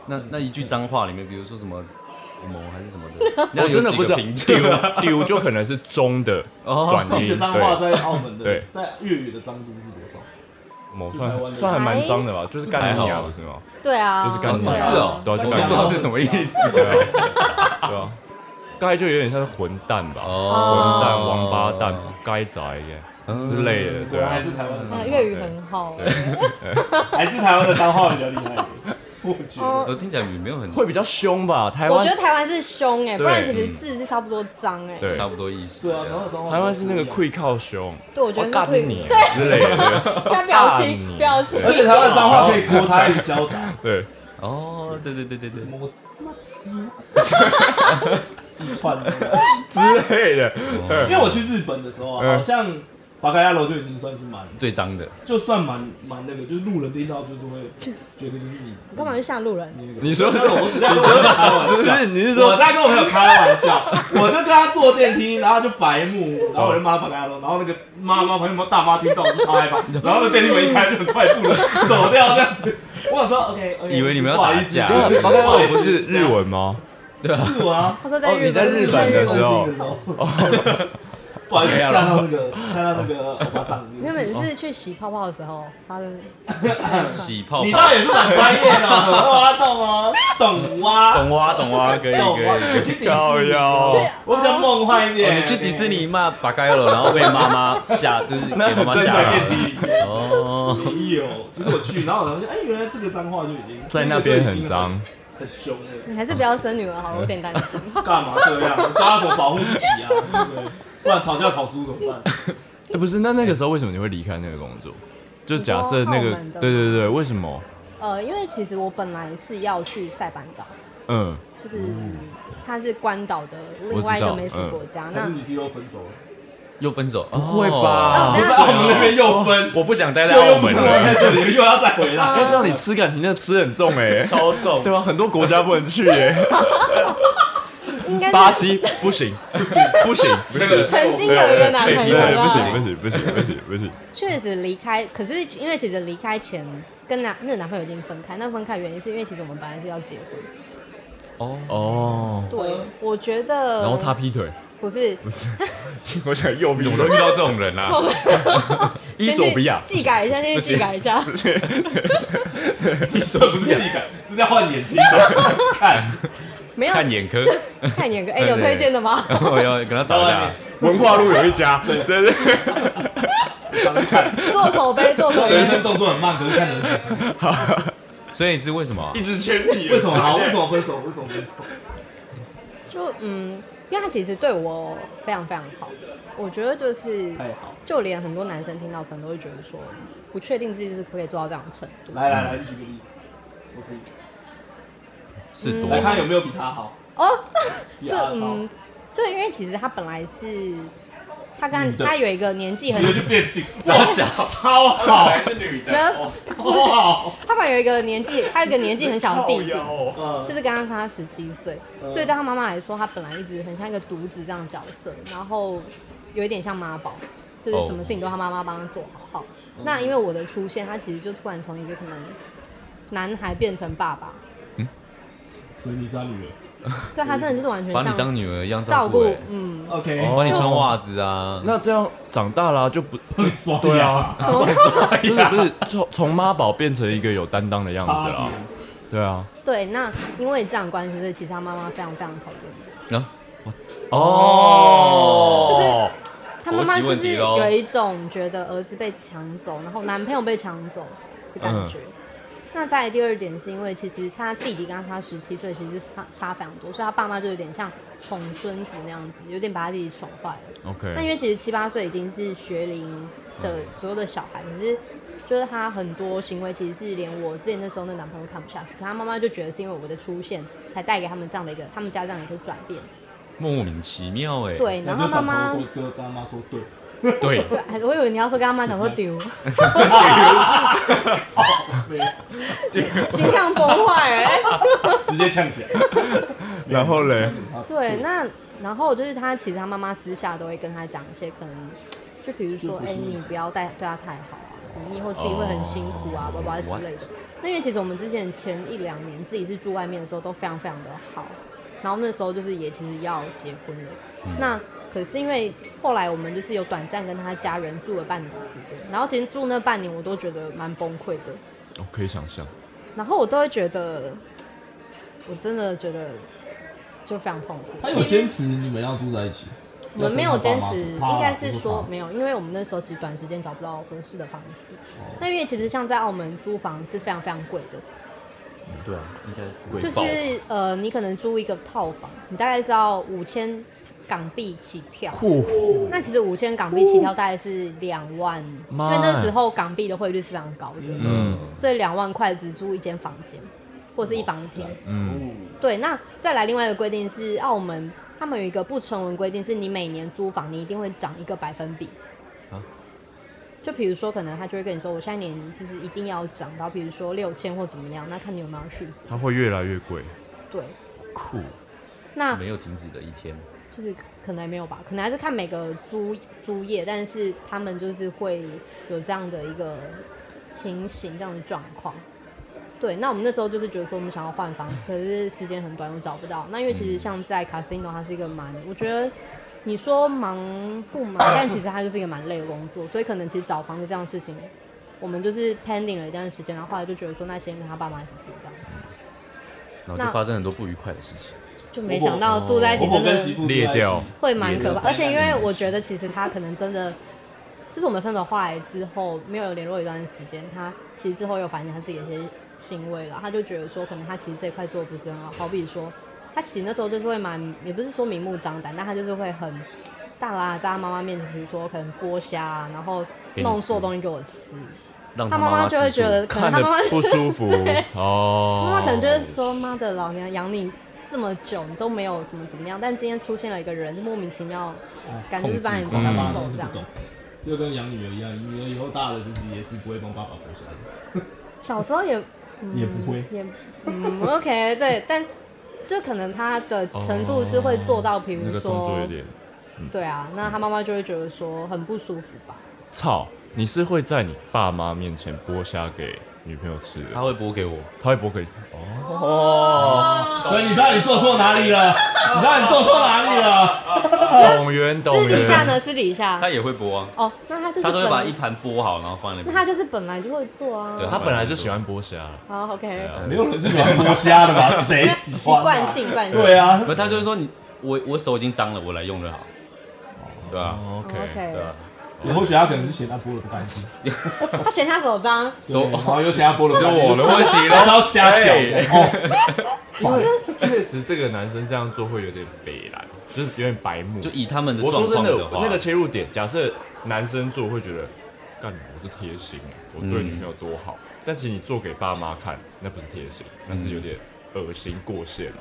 那那一句脏话里面，比如说什么“某”还是什么的，那 *laughs* 我真的不知道平丢丢就可能是中的哦 *laughs* 转这音，个脏话对，在澳门的对，在粤语的脏度是多少？某台湾算的哎算还蛮脏的吧，就是干还鸟好是吗？对啊，就是干对鸟，啊是哦对啊，就我不干知鸟，道是什么意思。对啊，对啊，刚才就有点像是混蛋吧，哦哦混蛋、王八蛋、不该宅耶之类的，嗯果对然啊还，是台湾的脏啊，话，粤语很好。哎还是台湾的脏话比较厉害一点，我觉得。呃，哦，听起来也没有很会比较凶吧？呃台我湾觉得台湾是凶哎，不然其对嗯实字是差不多脏哎。对差不多意思。对啊，台湾的脏话台湾是那个溃，溃靠凶，对，我觉得干会你 *laughs* 啊之类的，加表情，表情。而且台湾的脏话可以国台语交杂，对，哦，对对对对对，一串的。对嗯之类的，因为我去日本的时候啊，好像巴嘎亚楼就已经算是蛮，最脏的。就算蛮蛮那个，就是路人听到就是会觉得就是你你干嘛去吓路人？你那个。你说我只在跟我朋友开玩不笑是，，你是我说在跟我朋友开玩笑，我就跟他坐电梯，然后就白目，然后我就骂他巴嘎亚楼，然后那个妈妈朋友大妈听到我就超害怕，然后那电梯门一开就很快步的走掉这样子。我想说 OK，, o k 以为你们要不好意打思架不好意思八嘎楼不是日文吗？是我啊。他说在日哦你在本，日 *laughs* 你本的时候哦不好意思，吓到那个吓到那个欧巴桑。你每次去洗泡泡的时候发生，洗泡你泡，倒也是蛮专业的，挖洞哦，懂挖，懂蛙懂蛙，可以懂可挖。我以。去迪士靠尼，腰，去我比较梦幻一哦，点。你去迪士尼骂巴盖了，然后被妈妈吓，就是给妈妈在吓转到。电梯里哦，没有，就是我去，然后我就哎，原来这个脏话就已经在那边很脏，，很凶了，你还是不要生女儿好了，我有点担 *laughs* 心。干嘛这样？教他怎么保护自己啊？对不对不然吵架吵输怎么办？哎，不是，那那个时候为什么你会离开那个工作？就假设那你说个澳门的，吗对对对，为什么？呃，因为其实我本来是要去塞班岛，嗯，就是它是关岛的另外一个美属国家。但那是你是又分手了，又分手？不会吧？哦在澳门那边又分，我不想待在又澳不门能了，在这里，又要再回来。要这样你吃感情真的吃很重哎，超重。对啊，很多国家不能去耶，应该巴是西不行，不行，不行，不那行，个曾经有一个男朋友对，吧不行，不行，不行，不行，不行，确实离开，可是因为其实离开前跟男那个男朋友已经分开，那分开的原因是因为其实我们本来是要结婚。哦。对，我觉得。然后他劈腿，不是我想右臂怎么都遇到这种人啊？伊索比亚，技改一下，先去技改一下。这不是技感，这是要换眼睛。看，没有看眼科， *laughs* 看眼 *laughs* 科，哎，有推荐的吗？我要跟他找一下。文化路有一家，对对对， *laughs* 做口碑，做口医碑。生动作很慢，可是看得很仔细。所以是为什么啊？一直牵你，为什么啊？为什么分手？为什么分手？就嗯，因为他其实对我非常非常好，我觉得就是太好。就连很多男生听到可能都会觉得说，不确定自己是不是可以做到这样的程度。来来来，你举个例。我可以是多来看有没有比他好。哦，比这他嗯好，，就因为其实他本来是，他跟女的他有一个年纪很直接就变性，超小，超好，没有，超好。 *laughs* 他本来有一个年纪，他有一个年纪很小的弟弟，嗯就是刚刚他十七岁，嗯所以对他妈妈来说，他本来一直很像一个独子这样的角色，然后有一点像妈宝，就是什么事情都他妈妈帮他做好好。嗯那因为我的出现，他其实就突然从一个可能男孩变成爸爸，所以你是他女儿，对他真的就是完全把你像当女儿一样照顾顾欸，，嗯， ，OK，我 *laughs* 帮你穿袜子啊。那这样长大了就不就刷对 *laughs* 啊，什么就是啊不是从从妈宝变成一个有担当的样子差啦？对啊，对，那因为这样的关系，所以其实他妈妈非常非常讨厌我。啊，哦，他妈妈婆媳问就是题咯有一种觉得儿子被抢走，然后男朋友被抢走的感觉。嗯那再来第二点是因为，其实他弟弟跟他差十七岁，其实差差非常多，所以他爸妈就有点像宠孙子那样子，有点把他弟弟宠坏嗯了。但因 OK，为其实七八岁已经是学龄的左右的小孩，可是就是他很多行为其实是连我之前那时候那男朋友看不下去，可他妈妈就觉得是因为我的出现才带给他们这样的一个他们家这样的一个转变。莫名其妙哎。对，我然后就转妈头妈过跟跟他妈说，对，对，对，我以为你要说跟他妈讲说丢，形象崩坏哎、直接呛起来。然后嘞，对，那然后就是他，其实他妈妈私下都会跟他讲一些可能，就比如说，哎、你不要带对他太好啊，什么你以后自己会很辛苦啊，哦爸爸之类的。那因为其实我们之前前一两年自己是住外面的时候都非常非常的好，然后那时候就是也其实要结婚了，那。可是因为后来我们就是有短暂跟他家人住了半年的时间，然后其实住那半年我都觉得蛮崩溃的，我可以想象，然后我都会觉得，我真的觉得就非常痛苦。他有坚持你们要住在一起，我们没有坚持，他啊应该是说不没有，因为我们那时候其实短时间找不到合适的房子。那因为其实像在澳门租房是非常非常贵的，对啊，应该贵就爆是呃，你可能租一个套房，你大概是要五千港币起跳。那其实五千港币起跳大概是两万，因妈为那时候港币的汇率是非常高的，嗯所以两万块只租一间房间或是一房一厅。嗯，对，那再来另外一个规定是，澳门他们有一个不成文规定，是你每年租房你一定会涨一个百分比。啊就比如说，可能他就会跟你说，我下一年就是一定要涨到，比如说六千或怎么样，那看你有没有续租。它会越来越贵，对，酷，那没有停止的一天。就是可能也没有吧，可能还是看每个租租业，但是他们就是会有这样的一个情形，这样的状况。对，那我们那时候就是觉得说我们想要换房子，可是时间很短，又找不到。那因为其实嗯像在 casino，它是一个蛮，我觉得你说忙不忙，但其实它就是一个蛮累的工作，所以可能其实找房子这样的事情，我们就是 pending 了一段时间，然后后来就觉得说那先跟他爸妈一起住这样子，然后就发生很多不愉快的事情。就没想到住在一起婆真婆的跟媳妇住在一起裂掉，会蛮可也有怕，而且因为我觉得其实他可能真的，就是我们分手后来之后没有联络一段时间，他其实之后又反省他自己的一些行为了，他就觉得说可能他其实这一块做的不是很好，好比说他其实那时候就是会蛮，也不是说明目张胆，但他就是会很大啦，在他妈妈面前，比如说可能剥虾、啊，然后给你弄吃做东西给我吃，让他妈妈妈就会吃醋觉得可能看 *laughs* 他得妈妈不舒服对哦，妈妈可能就会说：“妈的，老娘养你这么久你都没有怎么怎么样，但今天出现了一个人莫名其妙，感觉控就制是把你狂抓他妈走真的这样是不。懂，就跟养女儿一样，女儿以后大了就是也是不会帮爸爸剥虾的，小时候也、嗯、也不会也嗯 OK *laughs* 对，但就可能他的程度是会做到，比哦那如个动说作有点对啊，那他妈妈就会觉得说很不舒服吧。操。你是会在你爸妈面前剥虾给女朋友吃的？他他会播给我，他会剥给你 *laughs* 所以你知道你做错哪里了，你知道你做错哪里了，懂员懂私员。底下呢？私底下他也会播啊，哦，那他就是他都会本把一盘剥好，然后放在那那他边。就是本来就会做啊。对他本来就喜欢剥虾，好 OK，啊没有人是喜欢剥虾的吧？谁喜习欢啊？惯性惯性。对啊，不，他就是说你我我手已经脏了，我来用就好。对啊，哦 OK， OK，对啊，以后学校可能是嫌他剥了不干净，他嫌他手脏，手对然后又嫌他剥了不干净，我的问题然后虾小哎哦，确实这个男生这样做会有点北蓝，就是有点白目。就以他们的我状说真况的，话，那个切入点，假设男生做会觉得，干，我是贴心，我对女朋友多好，但其实你做给爸妈看，那不是贴心，那是有点恶心过线 *laughs* 了。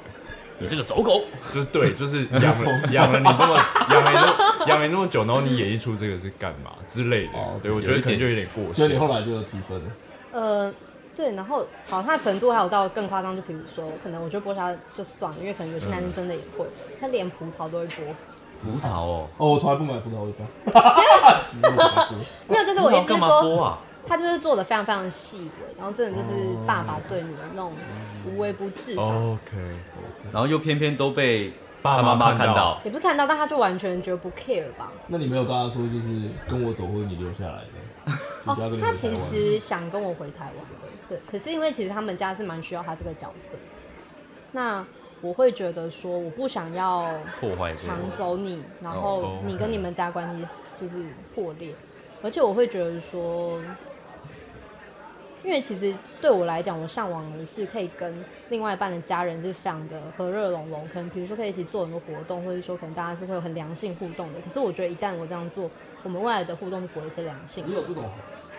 你这个走狗，就是对，就是养 *laughs* 了养了你那么养了你那么养了你那么久，然后你演绎出这个是干嘛之类的哦，对我觉有得一可能点就有点过所以你线。后来就有提分了。呃，对，然后好，他的程度还有到更夸张，就比如说，可能我觉得剥虾就算了，因为可能有些男生真的也会，他连葡萄都会剥，葡萄哦，哦，我从来不买葡萄回家，没有，就是葡我意萄思干是嘛剥说，啊？他就是做的非常非常细微，然后真的就是哦爸爸对女儿那种无微不至吧， OK，然后又偏偏都被爸他妈妈妈看看到到，也不是看到，但他就完全觉得不 care 吧。 *laughs* 那你没有跟他说就是跟我走或者你留下来的？你就要哦跟，你他回其台湾实想跟我回台湾的，对，可是因为其实他们家是蛮需要他这个角色，那我会觉得说，我不想要破坏这个抢走你，然哦后你跟你们家关系就是破裂，而且我会觉得说，因为其实对我来讲，我向往的是可以跟另外一半的家人是非常的和乐融融，可能比如说可以一起做很多活动，或者说可能大家是会有很良性互动的。可是我觉得一旦我这样做，我们未来的互动就不会是良性的你。有这种，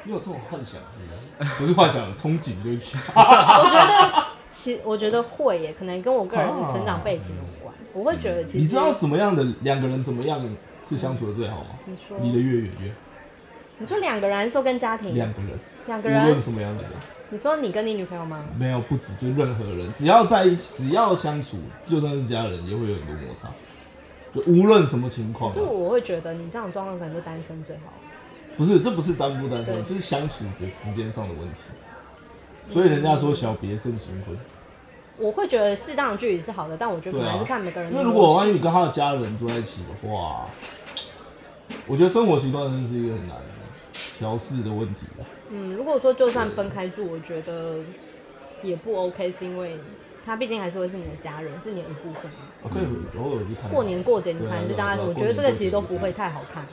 你有这种幻想，不是幻想，憧憬对不起。我觉得其我觉得会耶，可能跟我个人的成长背景有关。我会觉得其实你知道什么样的两个人怎么样是相处的最好吗？你说离得越远越好。你说两个人还是说跟家庭两个人，两个无论人，什么样的人，你说你跟你女朋友吗？没有不止，就任何人，只要在一起，只要相处，就算是家人，也会有很多摩擦。就无论什么情况可啊、是我会觉得你这样的状况可能就单身最好。不是这不是单不单身，对就是相处的时间上的问题。所以人家说小别胜新婚，我会觉得适当的距离是好的，但我觉得可能还是看每个人因的为模式。如果万一你跟他的家人住在一起的话，我觉得生活习惯真的是一个很难调试的问题啊。嗯，如果说就算分开住，我觉得也不 OK，是因为他毕竟还是会是你的家人，是你的一部分啊。我可以偶尔去看看。过年过节你对啊还是对啊大家，对啊我觉过年得这个过其实节都就不是会太好看。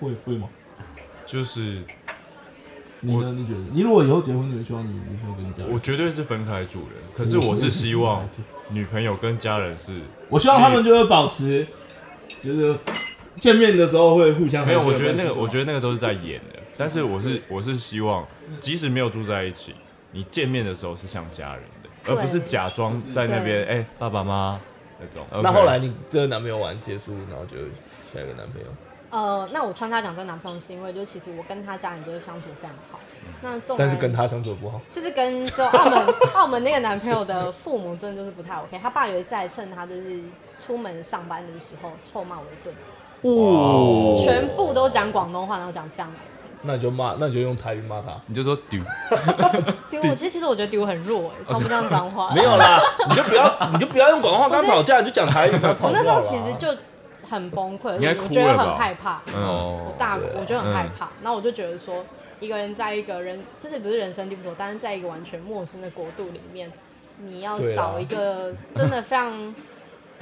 会会吗？就是你呢？你觉得？你如果以后结婚，你会希望你女朋友跟你家人？我绝对是分开住的，可是我是希望女朋友跟家人是嗯 *laughs* 我希望他们就会保持，就是见面的时候会 *laughs* 互相没有，我觉得 *laughs* 那个，我得觉得那个都是在演的。但是我是我是希望，即使没有住在一起，你见面的时候是像家人的，而对不是假装在那边对哎、爸爸妈妈那种。那 OK 后来你这个男朋友玩结束，然后就下一个男朋友，呃，那我穿插讲这个男朋友是因为，就其实我跟他家人就是相处得非常好。那纵但是然跟他相处得不好，就是跟 *laughs* 就澳门澳门那个男朋友的父母真的就是不太 OK。他爸有一次还趁他就是出门上班的时候臭骂我一顿，哦全部都讲广东话，然后讲非常难听。那你就骂，那你就用台语骂他。你就说丢，丢，我其实其实我觉得丢很弱 *laughs* 哎、欸，超不像脏话。没有啦，你就不要，你就不要用广东话跟他吵架，你就讲台语跟他吵我就那时好候了啊其实就很崩溃，我你还哭觉了得吧很害怕。我哦，大哭，我觉得很害怕。嗯然后我就觉得说，一个人在一个人，就是不是人生地不熟，但是在一个完全陌生的国度里面，你要对啊找一个真的非常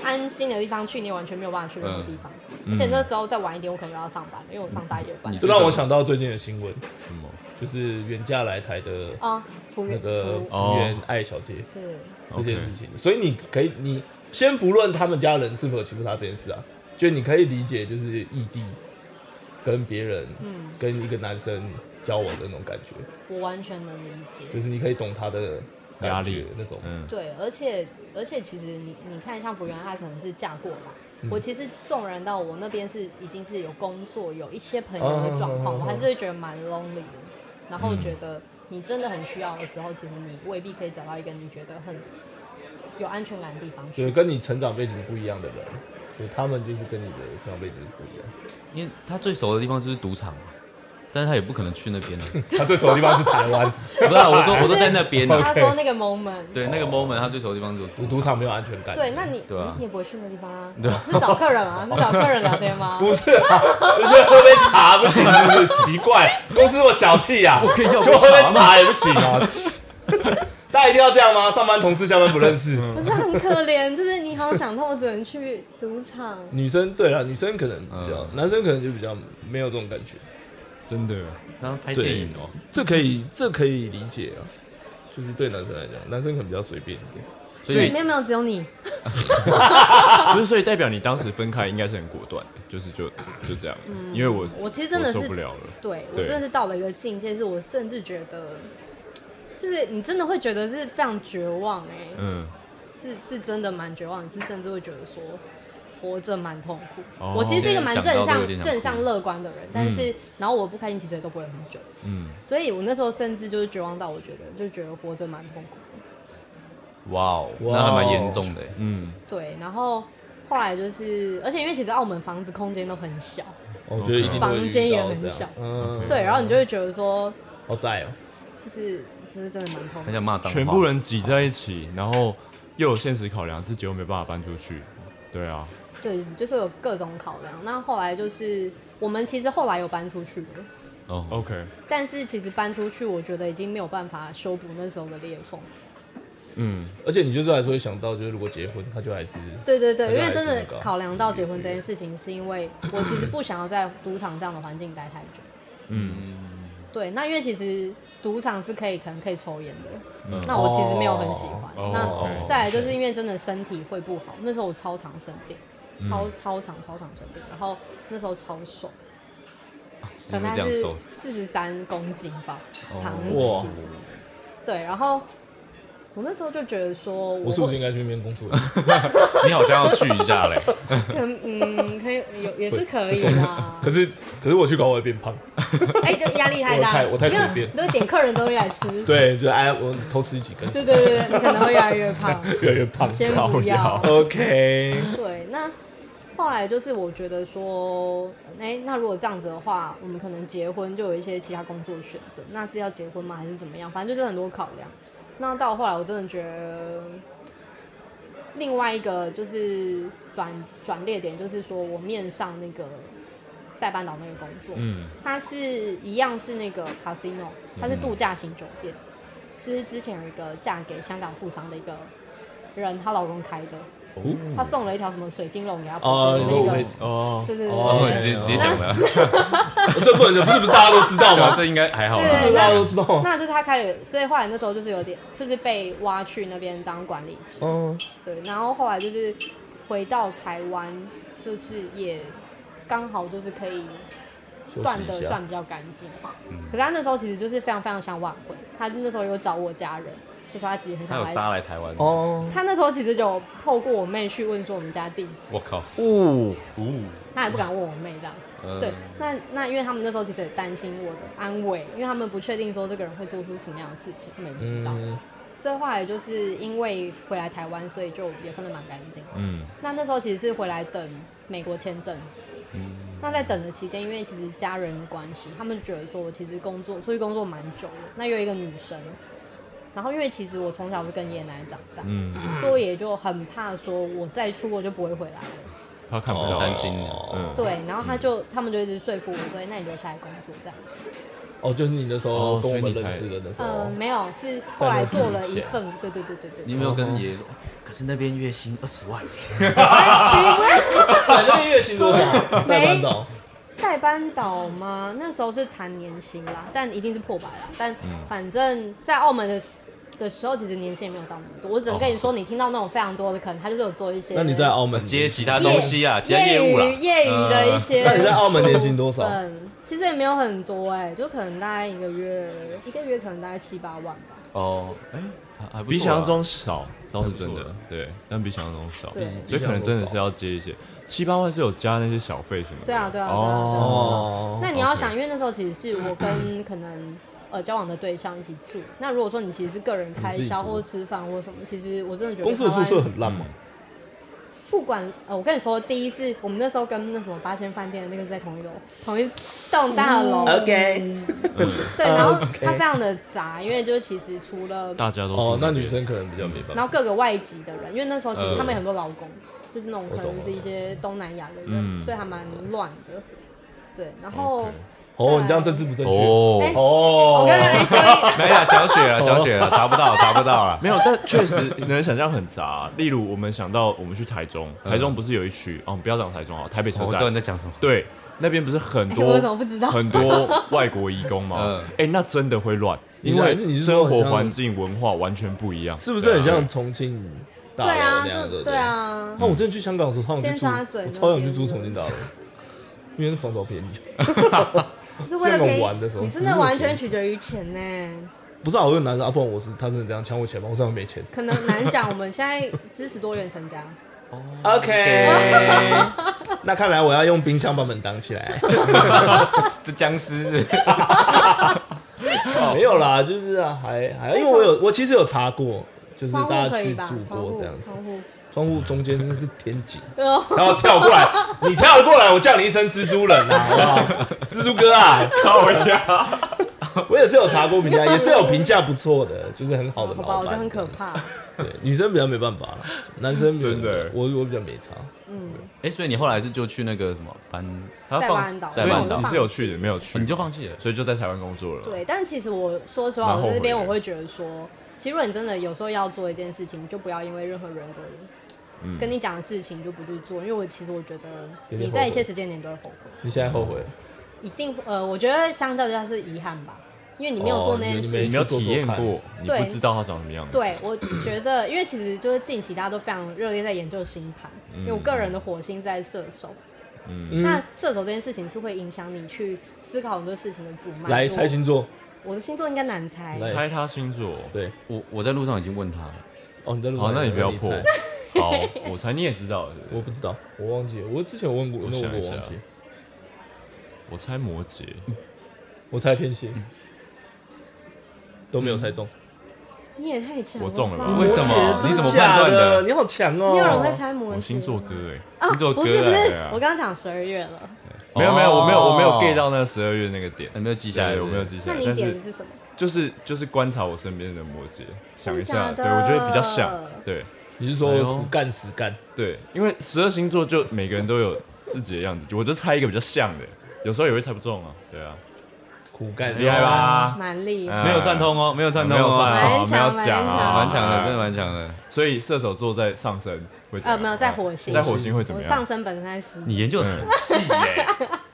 安心的地方去，你也完全没有办法去任何地方。嗯而且那时候再晚一点，我可能又要上班了，因为我上大夜班你。这让我想到最近的新闻，什么？就是远嫁来台的啊，服务那员，个哦服务福原爱小姐对，这件事情，所以你可以，你先不论他们家人是否欺负她这件事啊，就你可以理解，就是异地跟别人，嗯，跟一个男生交往的那种感觉，我完全能理解。就是你可以懂他的压感力觉那种。嗯，对，而且而且其实你你看，像福原爱可能是嫁过嘛，嗯我其实纵然到我那边是已经是有工作，有一些朋友的状况，嗯嗯嗯嗯嗯我还是会觉得蛮 lonely 的。然后觉得你真的很需要的时候，其实你未必可以找到一个你觉得很有安全感的地方就是去。跟你成长背景不一样的人，就是他们就是跟你的成长背景不一样。 *laughs* 因为他最熟的地方就是赌场嘛，但是他也不可能去那 *laughs* 边啊。他最熟的地方是台湾，不是啊，我说我说在那边啊。他说那个 moment，对，那个 moment 他最熟的地方就是赌赌场没有安全感。对，那你对啊你也不会去那地方啊？是找客人啊？是找客人聊天吗？不是啊，就是喝杯茶不行，就是奇怪，公司这么小气 *laughs* 呀、啊，可以要杯就喝杯茶吗茶也不行 *laughs* 啊。大家一定要这样吗？上班同事下班不认识，不是很可怜，就是你好想通，我只能去赌场。女生对了，女生可能比较，嗯男生可能就比较没有这种感觉。真的，然后拍对电影哦，这可以，这可以理解啊。就是对男生来讲，男生可能比较随便一点。所所以以没有没有，只有你。不是，所以代表你当时分开应该是很果断的，就是就就这样，因为我我嗯其实真的我是受不了了，对我对真的是到了一个境界，是我甚至觉得，就是你真的会觉得是非常绝望哎、嗯，是是真的蛮绝望，你是甚至会觉得说活着蛮痛苦。哦我其实是一个蛮正现在想到都向有点想哭正向乐观的人，但是、然后我不开心其实也都不会很久，嗯，所以我那时候甚至就是绝望到我觉得就觉得活着蛮痛苦的。哇哦，哇哦那还蛮严重的欸。嗯，对，然后后来就是，而且因为其实澳门房子空间都很小，哦我觉得一定会遇到房间也很这样小嗯，对，然后你就会觉得说，好在哦，就是就是真的蛮痛苦很。想骂脏话。全部人挤在一起，然后又有现实考量，自己又没办法搬出去，对啊，对，就是有各种考量。那后来就是我们其实后来有搬出去的，哦， OK，但是其实搬出去，我觉得已经没有办法修补那时候的裂缝。嗯，而且你就是还是会想到，就是如果结婚，他就还是对对对，那因就为真还的是那个考量到结婚这件事情，是因为我其实不想要在赌场这样的环境待太久。嗯，对，那因为其实赌场是可以可能可以抽烟的，那我其实没有很喜欢。哦哦那再来就是因为真的身体会不好，那时候我超常生病，超超常超常生病，然后那时候超瘦。是可因为能这样是瘦，四十三公斤吧，长哇期。对，然后我那时候就觉得说，我我是不是会应该去那边工 *laughs* 作？你好像要去一下嘞。可能嗯，可以有也是可以啦。可是可是我去搞我会变胖，哎，这压力太我大，太我太因为随便都会点客人东西来吃。对，就哎我偷吃几根，对对对对，你可能会越来 *laughs* 越胖，越来越胖。先不要。 OK，对，那后来就是我觉得说，哎、那如果这样子的话，我们可能结婚就有一些其他工作选择，那是要结婚吗，还是怎么样？反正就是很多考量。那到后来，我真的觉得另外一个就是转转捩点，就是说我面上那个塞班岛那个工作，嗯，它是一样是那嗯个 casino，它是度假型酒店，就是之前有一个嫁给香港富商的一个人，她老公开的，她送了一条什么水晶龙给她婆哦，婆你说的那我个，会哦，对对对哦哦，对你直接直接讲嗯 *laughs* 哦了，这不能讲，不是不是大家都知道对啊，吗？这应该还好对对啦。对大家那都知道吗？那就是她开了，所以后来那时候就是有点就是被挖去那边当管理职，嗯，对，然后后来就是回到台湾，就是也刚好就是可以休断息的一下算。比较干净。可是他那时候其实就是非常非常想挽回，他那时候有找我家人，就说他其实很他想有来。杀来台湾，哦，他那时候其实就有透过我妹去问说我们家地址，我靠，他也不敢问我妹这样。嗯对，那那因为他们那时候其实也担心我的安危，因为他们不确定说这个人会做出什么样的事情，他们也不知道。嗯，所以后来就是因为回来台湾，所以就也分得蛮干净。嗯，那那时候其实是回来等美国签证。那在等的期间，因为其实家人的关系，他们觉得说我其实工作出去工作蛮久了。那又有一个女生，然后因为其实我从小是跟爷爷奶奶长大，嗯所以我也就很怕说我再出国就不会回来了。他看不到，啊担心哦啊你嗯，对，然后他就、他们就一直说服我说，哎那你留下来工作这样。哦，就是你那时候哦跟我们所以你才认识的那时嗯、候，没有，是后来做了一份，对对对对对你有没有跟爷爷说？可是那边月薪二十万，反正月薪多少？塞班岛塞班岛吗？那时候是谈年薪啦，但一定是破百啦。但嗯反正在澳门的的时候，其实年薪也没有到那么多。我只能跟你说，你听到那种非常多的，可能他就是有做一些。那你在澳门接其他业东西啊，其他业务啦嗯余。业余的一些。那你在澳门年薪多少？嗯，其实也没有欸很多哎、就可能大概一个月，一个月可能大概七八万吧。哦，哎，还还不错啦比想象中少，倒是真还不错的，对，但比想象中少，对所以可能真的是要接一些七八万是有加那些小费什么的，对啊对啊对啊哦，那你要 OK 想，因为那时候其实是我跟可能呃交往的对象一起住。那如果说你其实是个人开你自己销住或者吃饭或什么，其实我真的觉得公司的台宿湾舍很烂嘛，不管呃，我跟你说，第一次我们那时候跟那什么八仙饭店的那个是在同一楼，同一栋大楼。 OK，对，然后哦 OK 它非常的杂，因为就是其实除了大家都住哦，那边女生可能比较没办然法。后各个外籍的人，因为那时候其实呃他们有很多劳工，就是那种可我懂能是一些东南亚的人，嗯所以还蛮乱的。对，然后 OK 啊哦，你这样政治不正确。哦哎我哦，跟哎，所以没了，小雪了，小雪了，查不到，查不到了。没有，但确实能想象很杂、例如，我们想到我们去台中，台中不是有一区哦，我们不要讲台中啊，台北车 *laughs* 我知道站你，在讲什么。对，那边不是很哎我多怎么不知道很多外国移工吗嗯？哎，那真的会乱，你因为你是生说很活像环境文化完全不一样，是不是很对啊像重庆大对楼啊，那样？对就不对。啊，那我之前去香港的时候，超想去尖住，沙咀我那超想去边住的重庆大楼， *laughs* 因为那房租好便宜。就是为了像便我玩的时宜，候你真的完全取决于钱呢。不是啊，我有男生啊，不然我是他真的这样抢我钱吗？我上面没钱。可能难讲，我们现在支持多元成家， OK，那 *laughs* 看来我要用冰箱把门挡起来。这僵尸是 *laughs* 没有啦，就是啊，还还因为我有我其实有查过，就是窗大户家可以去吧住？窗过户这样，子窗，户，窗户中间是天井， *laughs* 哦然后跳过 *laughs* 来，你跳过来，我叫你一声蜘蛛人啊，好不 *laughs* 好？蜘蛛哥啊，靠呀！ *laughs* 我也是有查过评价，也是有评价不错的，就是很好的哦好吧，老我觉得很板。可怕。 *laughs* 对，女生比较没办法啦，男生比较真的我我比较没差。哎，所以你后来是就去那个什么班，他塞班岛放，所塞班以岛你是有去的，没有去，你就放弃了。所以就在台湾工作了。，对，但其实我说实话，蛮我后在这悔边的我会觉得说，其实如果你真的有时候要做一件事情，就不要因为任何人的嗯跟你讲的事情就不去做，因为我其实我觉得有点你后在一悔些时间点都会后悔，你现在后悔了？一定呃，我觉得相较之下是遗憾吧，因为你没有哦做那件你事没你情。没有体验去做过，你对不知道他长什么样子。对，我觉得，因为其实就是近期大家都非常热烈在研究星盘，因为我个人的火星在射手，嗯那射手这件事情是会影响你去思考很多事情的主脉。来猜，星座，我的星座应该难猜。来猜他星座。对，我我在路上已经问他了，哦，你在录。好，那你不要破猜。 *laughs* 好，我猜你也知道，我不知道，我忘记了，我之前有问过，我那想我一下忘记，我猜摩羯，我猜天蝎，嗯都没有猜中。你也太强了我吧，中了吧为什么？你怎么判断真假的？你好强哦！没有人会猜摩我羯星座哥哎，啊？星座哥不是不哎是对啊，我刚刚讲十二月了，没有没有，我没有我没有哦 get 到那十二月那个点，有没有记下来？对我没有记下那来，你但点是的是什么？就是就是观察我身边的摩羯，想一下，真的对假的我觉得比较像，对你是哎说苦干实干？对，因为十二星座就每个人都有自己的样子，我就猜一个比较像的，有时候也会猜不中啊，对啊，苦干厉害吧？蛮厉害。哎没有串通哦，没有串通没有算哦，啊，蛮没强有讲啊，蛮强的，哎真的蛮强的。所以射手座在上升会怎呃，样啊没有在火星，在火星会怎么我样？啊上升本身在狮子，你研究的很细耶，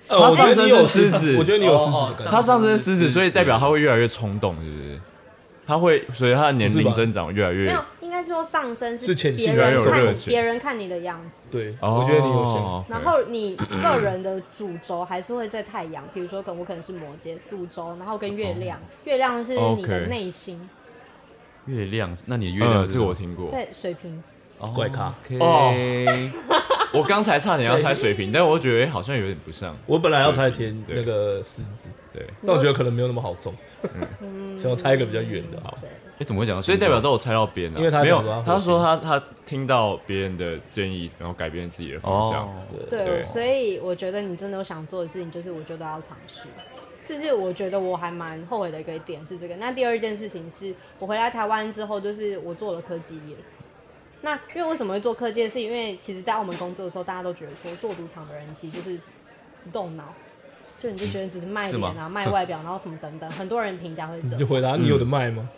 呃，我觉得你有狮子我觉得你有狮子干。他上升狮子，所以代表他会越来越冲动，是不是？他会随着他的年不是龄吧增长越来没越有，应该说上升是潜别性越来越人有热看情别人看你的样子，对，哦我觉得你有像。然后你个人的主轴还是会在太阳，比如说可能我可能是摩羯主轴，然后跟月亮，月亮是你的哦 OK 内心，月亮，那你的月月亮亮嗯这个我听过，在水瓶，怪咖。哦 OK，我刚才差点要猜水平，但我觉得哎好像有点不像。我本来要猜天对那个狮子，对，嗯但我觉得可能没有那么好中， *laughs* 想要猜一个比较远啊的。好，哎，怎么会讲到所星座？以代表都有猜到边了，因为他没讲说有，他他说他他听到别人的建议，然后改变自己的方向。哦，对，对所以我觉得你真的有想做的事情，就是我觉得要尝试。这是我觉得我还蛮后悔的一个点是这个。那第二件事情是我回来台湾之后，就是我做了科技业。那因为为什么会做科技业，是因为其实在澳门工作的时候，大家都觉得说做赌场的人其实就是不动脑，就你就觉得只是卖是吗脸啊、卖外表，然后什么等等，很多人评价会这你就样。回答你有的卖吗？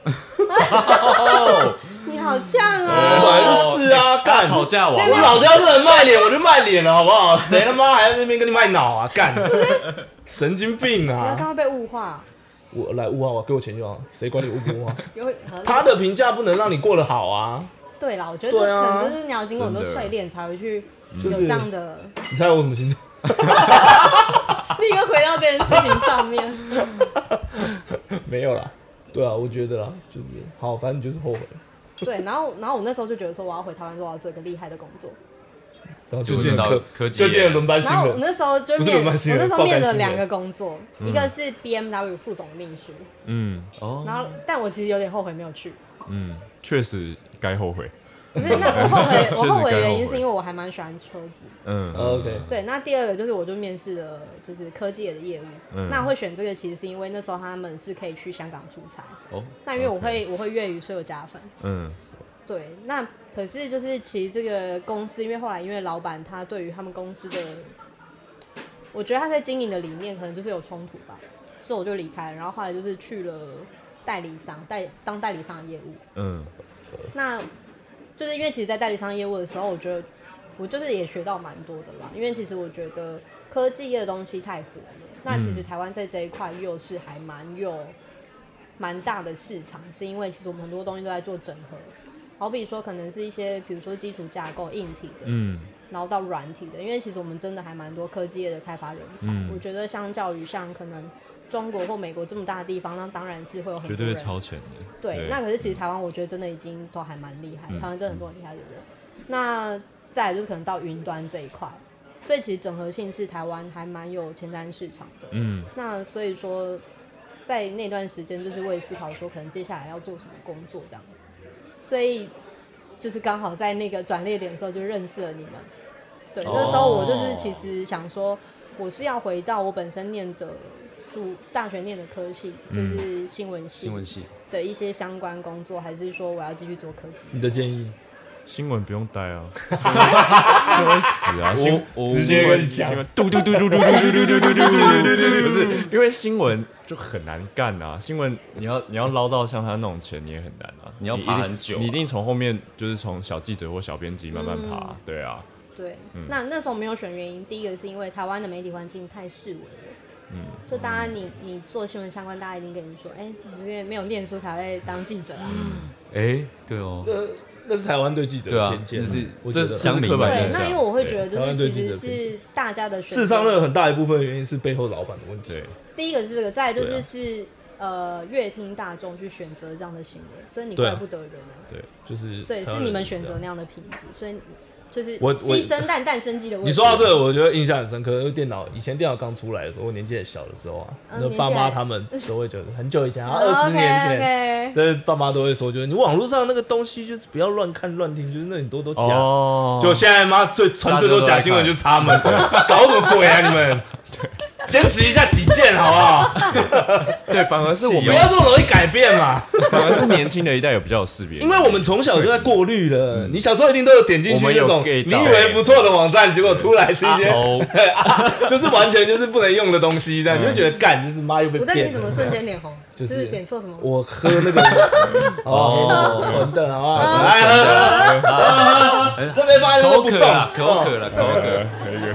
你好呛本啊！来就是啊，干吵架王对我老子要是能卖脸，我就卖脸了，好不 *laughs* 好？谁他妈还在那边跟你卖脑啊？干，神经病 *laughs* 不要刚啊！刚被物化，我来污啊，我给我钱就好，谁管你污不污啊？ *laughs* 有合理他的评价不能让你过得好啊！对啦，我觉得对啊可能就是你要经过很多真的淬炼才会去就嗯有是这样的。你猜我什么星座？ *laughs* 立刻回到这件事情上面。没有啦，对啊，我觉得啦，就是好，反正就是后悔， *laughs* 对，然后然后我那时候就觉得说我要回台湾，说我要做一个厉害的工作。然后结就果见轮到科科技就业见轮班新然后我人，那时候就不是面，轮我班新人那时候爆肝面了新人两个工作，一个是 BMW 副总秘书，嗯哦，然后但我其实有点后悔没有去，嗯，确实该后悔。可是那我后悔，确实我后悔该的后原因悔是因为我还蛮喜欢车子。嗯啊 OK 对，那第二个就是我就面试了，就是科技业的业务。嗯那会选这个，其实是因为那时候他们是可以去香港出差。哦，那因为我会我会粤语，所以我加分。嗯对，那可是就是其实这个公司，因为后来因为老板他对于他们公司的，我觉得他在经营的理念可能就是有冲突吧，所以我就离开了。然后后来就是去了代理商代当代理商的业务。嗯那就是因为其实，在代理商业务的时候，我觉得我就是也学到蛮多的啦。因为其实我觉得科技业的东西太火了，那其嗯实台湾在这一块又是还蛮有蛮大的市场，是因为其实我们很多东西都在做整合。好比说，可能是一些比如说基础架构、硬体的，嗯然后到软体的，因为其实我们真的还蛮多科技业的开发人才。嗯我觉得相较于像可能中国或美国这么大的地方，那当然是会有很多绝对会人超前的。对，那可是其实台湾，我觉得真的已经都还蛮厉害，台湾真的很多很厉害的人。那再来就是可能到云端这一块，所以其实整合性是台湾还蛮有前瞻市场的。嗯那所以说，在那段时间就是为思考说，可能接下来要做什么工作这样子。所以就是刚好在那个转捩点的时候就认识了你们。对，哦那时候我就是其实想说，我是要回到我本身念的主大学念的科系，就是新闻系。新闻系，的一些相关工作，还是说我要继续做科技？你的建议，新闻不用待啊，新闻会死啊！新我直接跟你讲新闻嘟嘟嘟嘟嘟嘟嘟嘟嘟嘟嘟嘟嘟，不是因为新闻就很难干啊，新闻你要你要捞到像他那种钱你也很难啊，你要一爬定很久啊你一定从后面就是从小记者或小编辑慢慢爬，对啊，对，嗯那那时候没有选原因，第一个是因为台湾的媒体环境太世文了，嗯就大家你你做新闻相关，大家一定跟你说，哎、你因为没有念书才会当记者啊，嗯哎，对哦，那那是台湾对记者对的啊偏见，这是我觉这得是乡民刻板对印，象那因为我会觉得台就湾是对其记实者偏是大家的选事实上，那择个很大一部分原因是背后老板的问题。对，第一个是这个，再来就对是啊是、呃乐听大众去选择这样的行为，所以你对啊怪不得人啊，就是对，台湾是人你们选这择样那样的品质，所以就是啊我我鸡生蛋，蛋生鸡的问题。你说到这个，我觉得印象很深刻，因为电脑以前电脑刚出来的时候，我年纪很小的时候啊，那嗯年纪爸妈还他们都会觉得很久以前，啊哦二十年前， ，OK，OK 对，爸妈都会说，就是你网络上那个东西就是不要乱看乱听，就是那很多都假。哦就现在妈最传最多假新闻就是他们， *laughs* 搞什么鬼啊你们？坚持一下己见好不好？对，反而是我不们要这么容易改变嘛，反而是年轻的一代有比较有识别力，因为我们从小就在过滤了。你小时候一定都有点进去嗯我们那有种你 get 到以为不错的网站，结果出来是一些哦，就是完全就是不能用的东西，这样你会觉得干，就是妈又被不但你骗怎了。么瞬间脸红？ *laughs* 就就是是点错什么？我喝那个哦，纯的好不好？来喝，喝这边发现可都不口可动哦哎乐，可口可乐，可口可乐，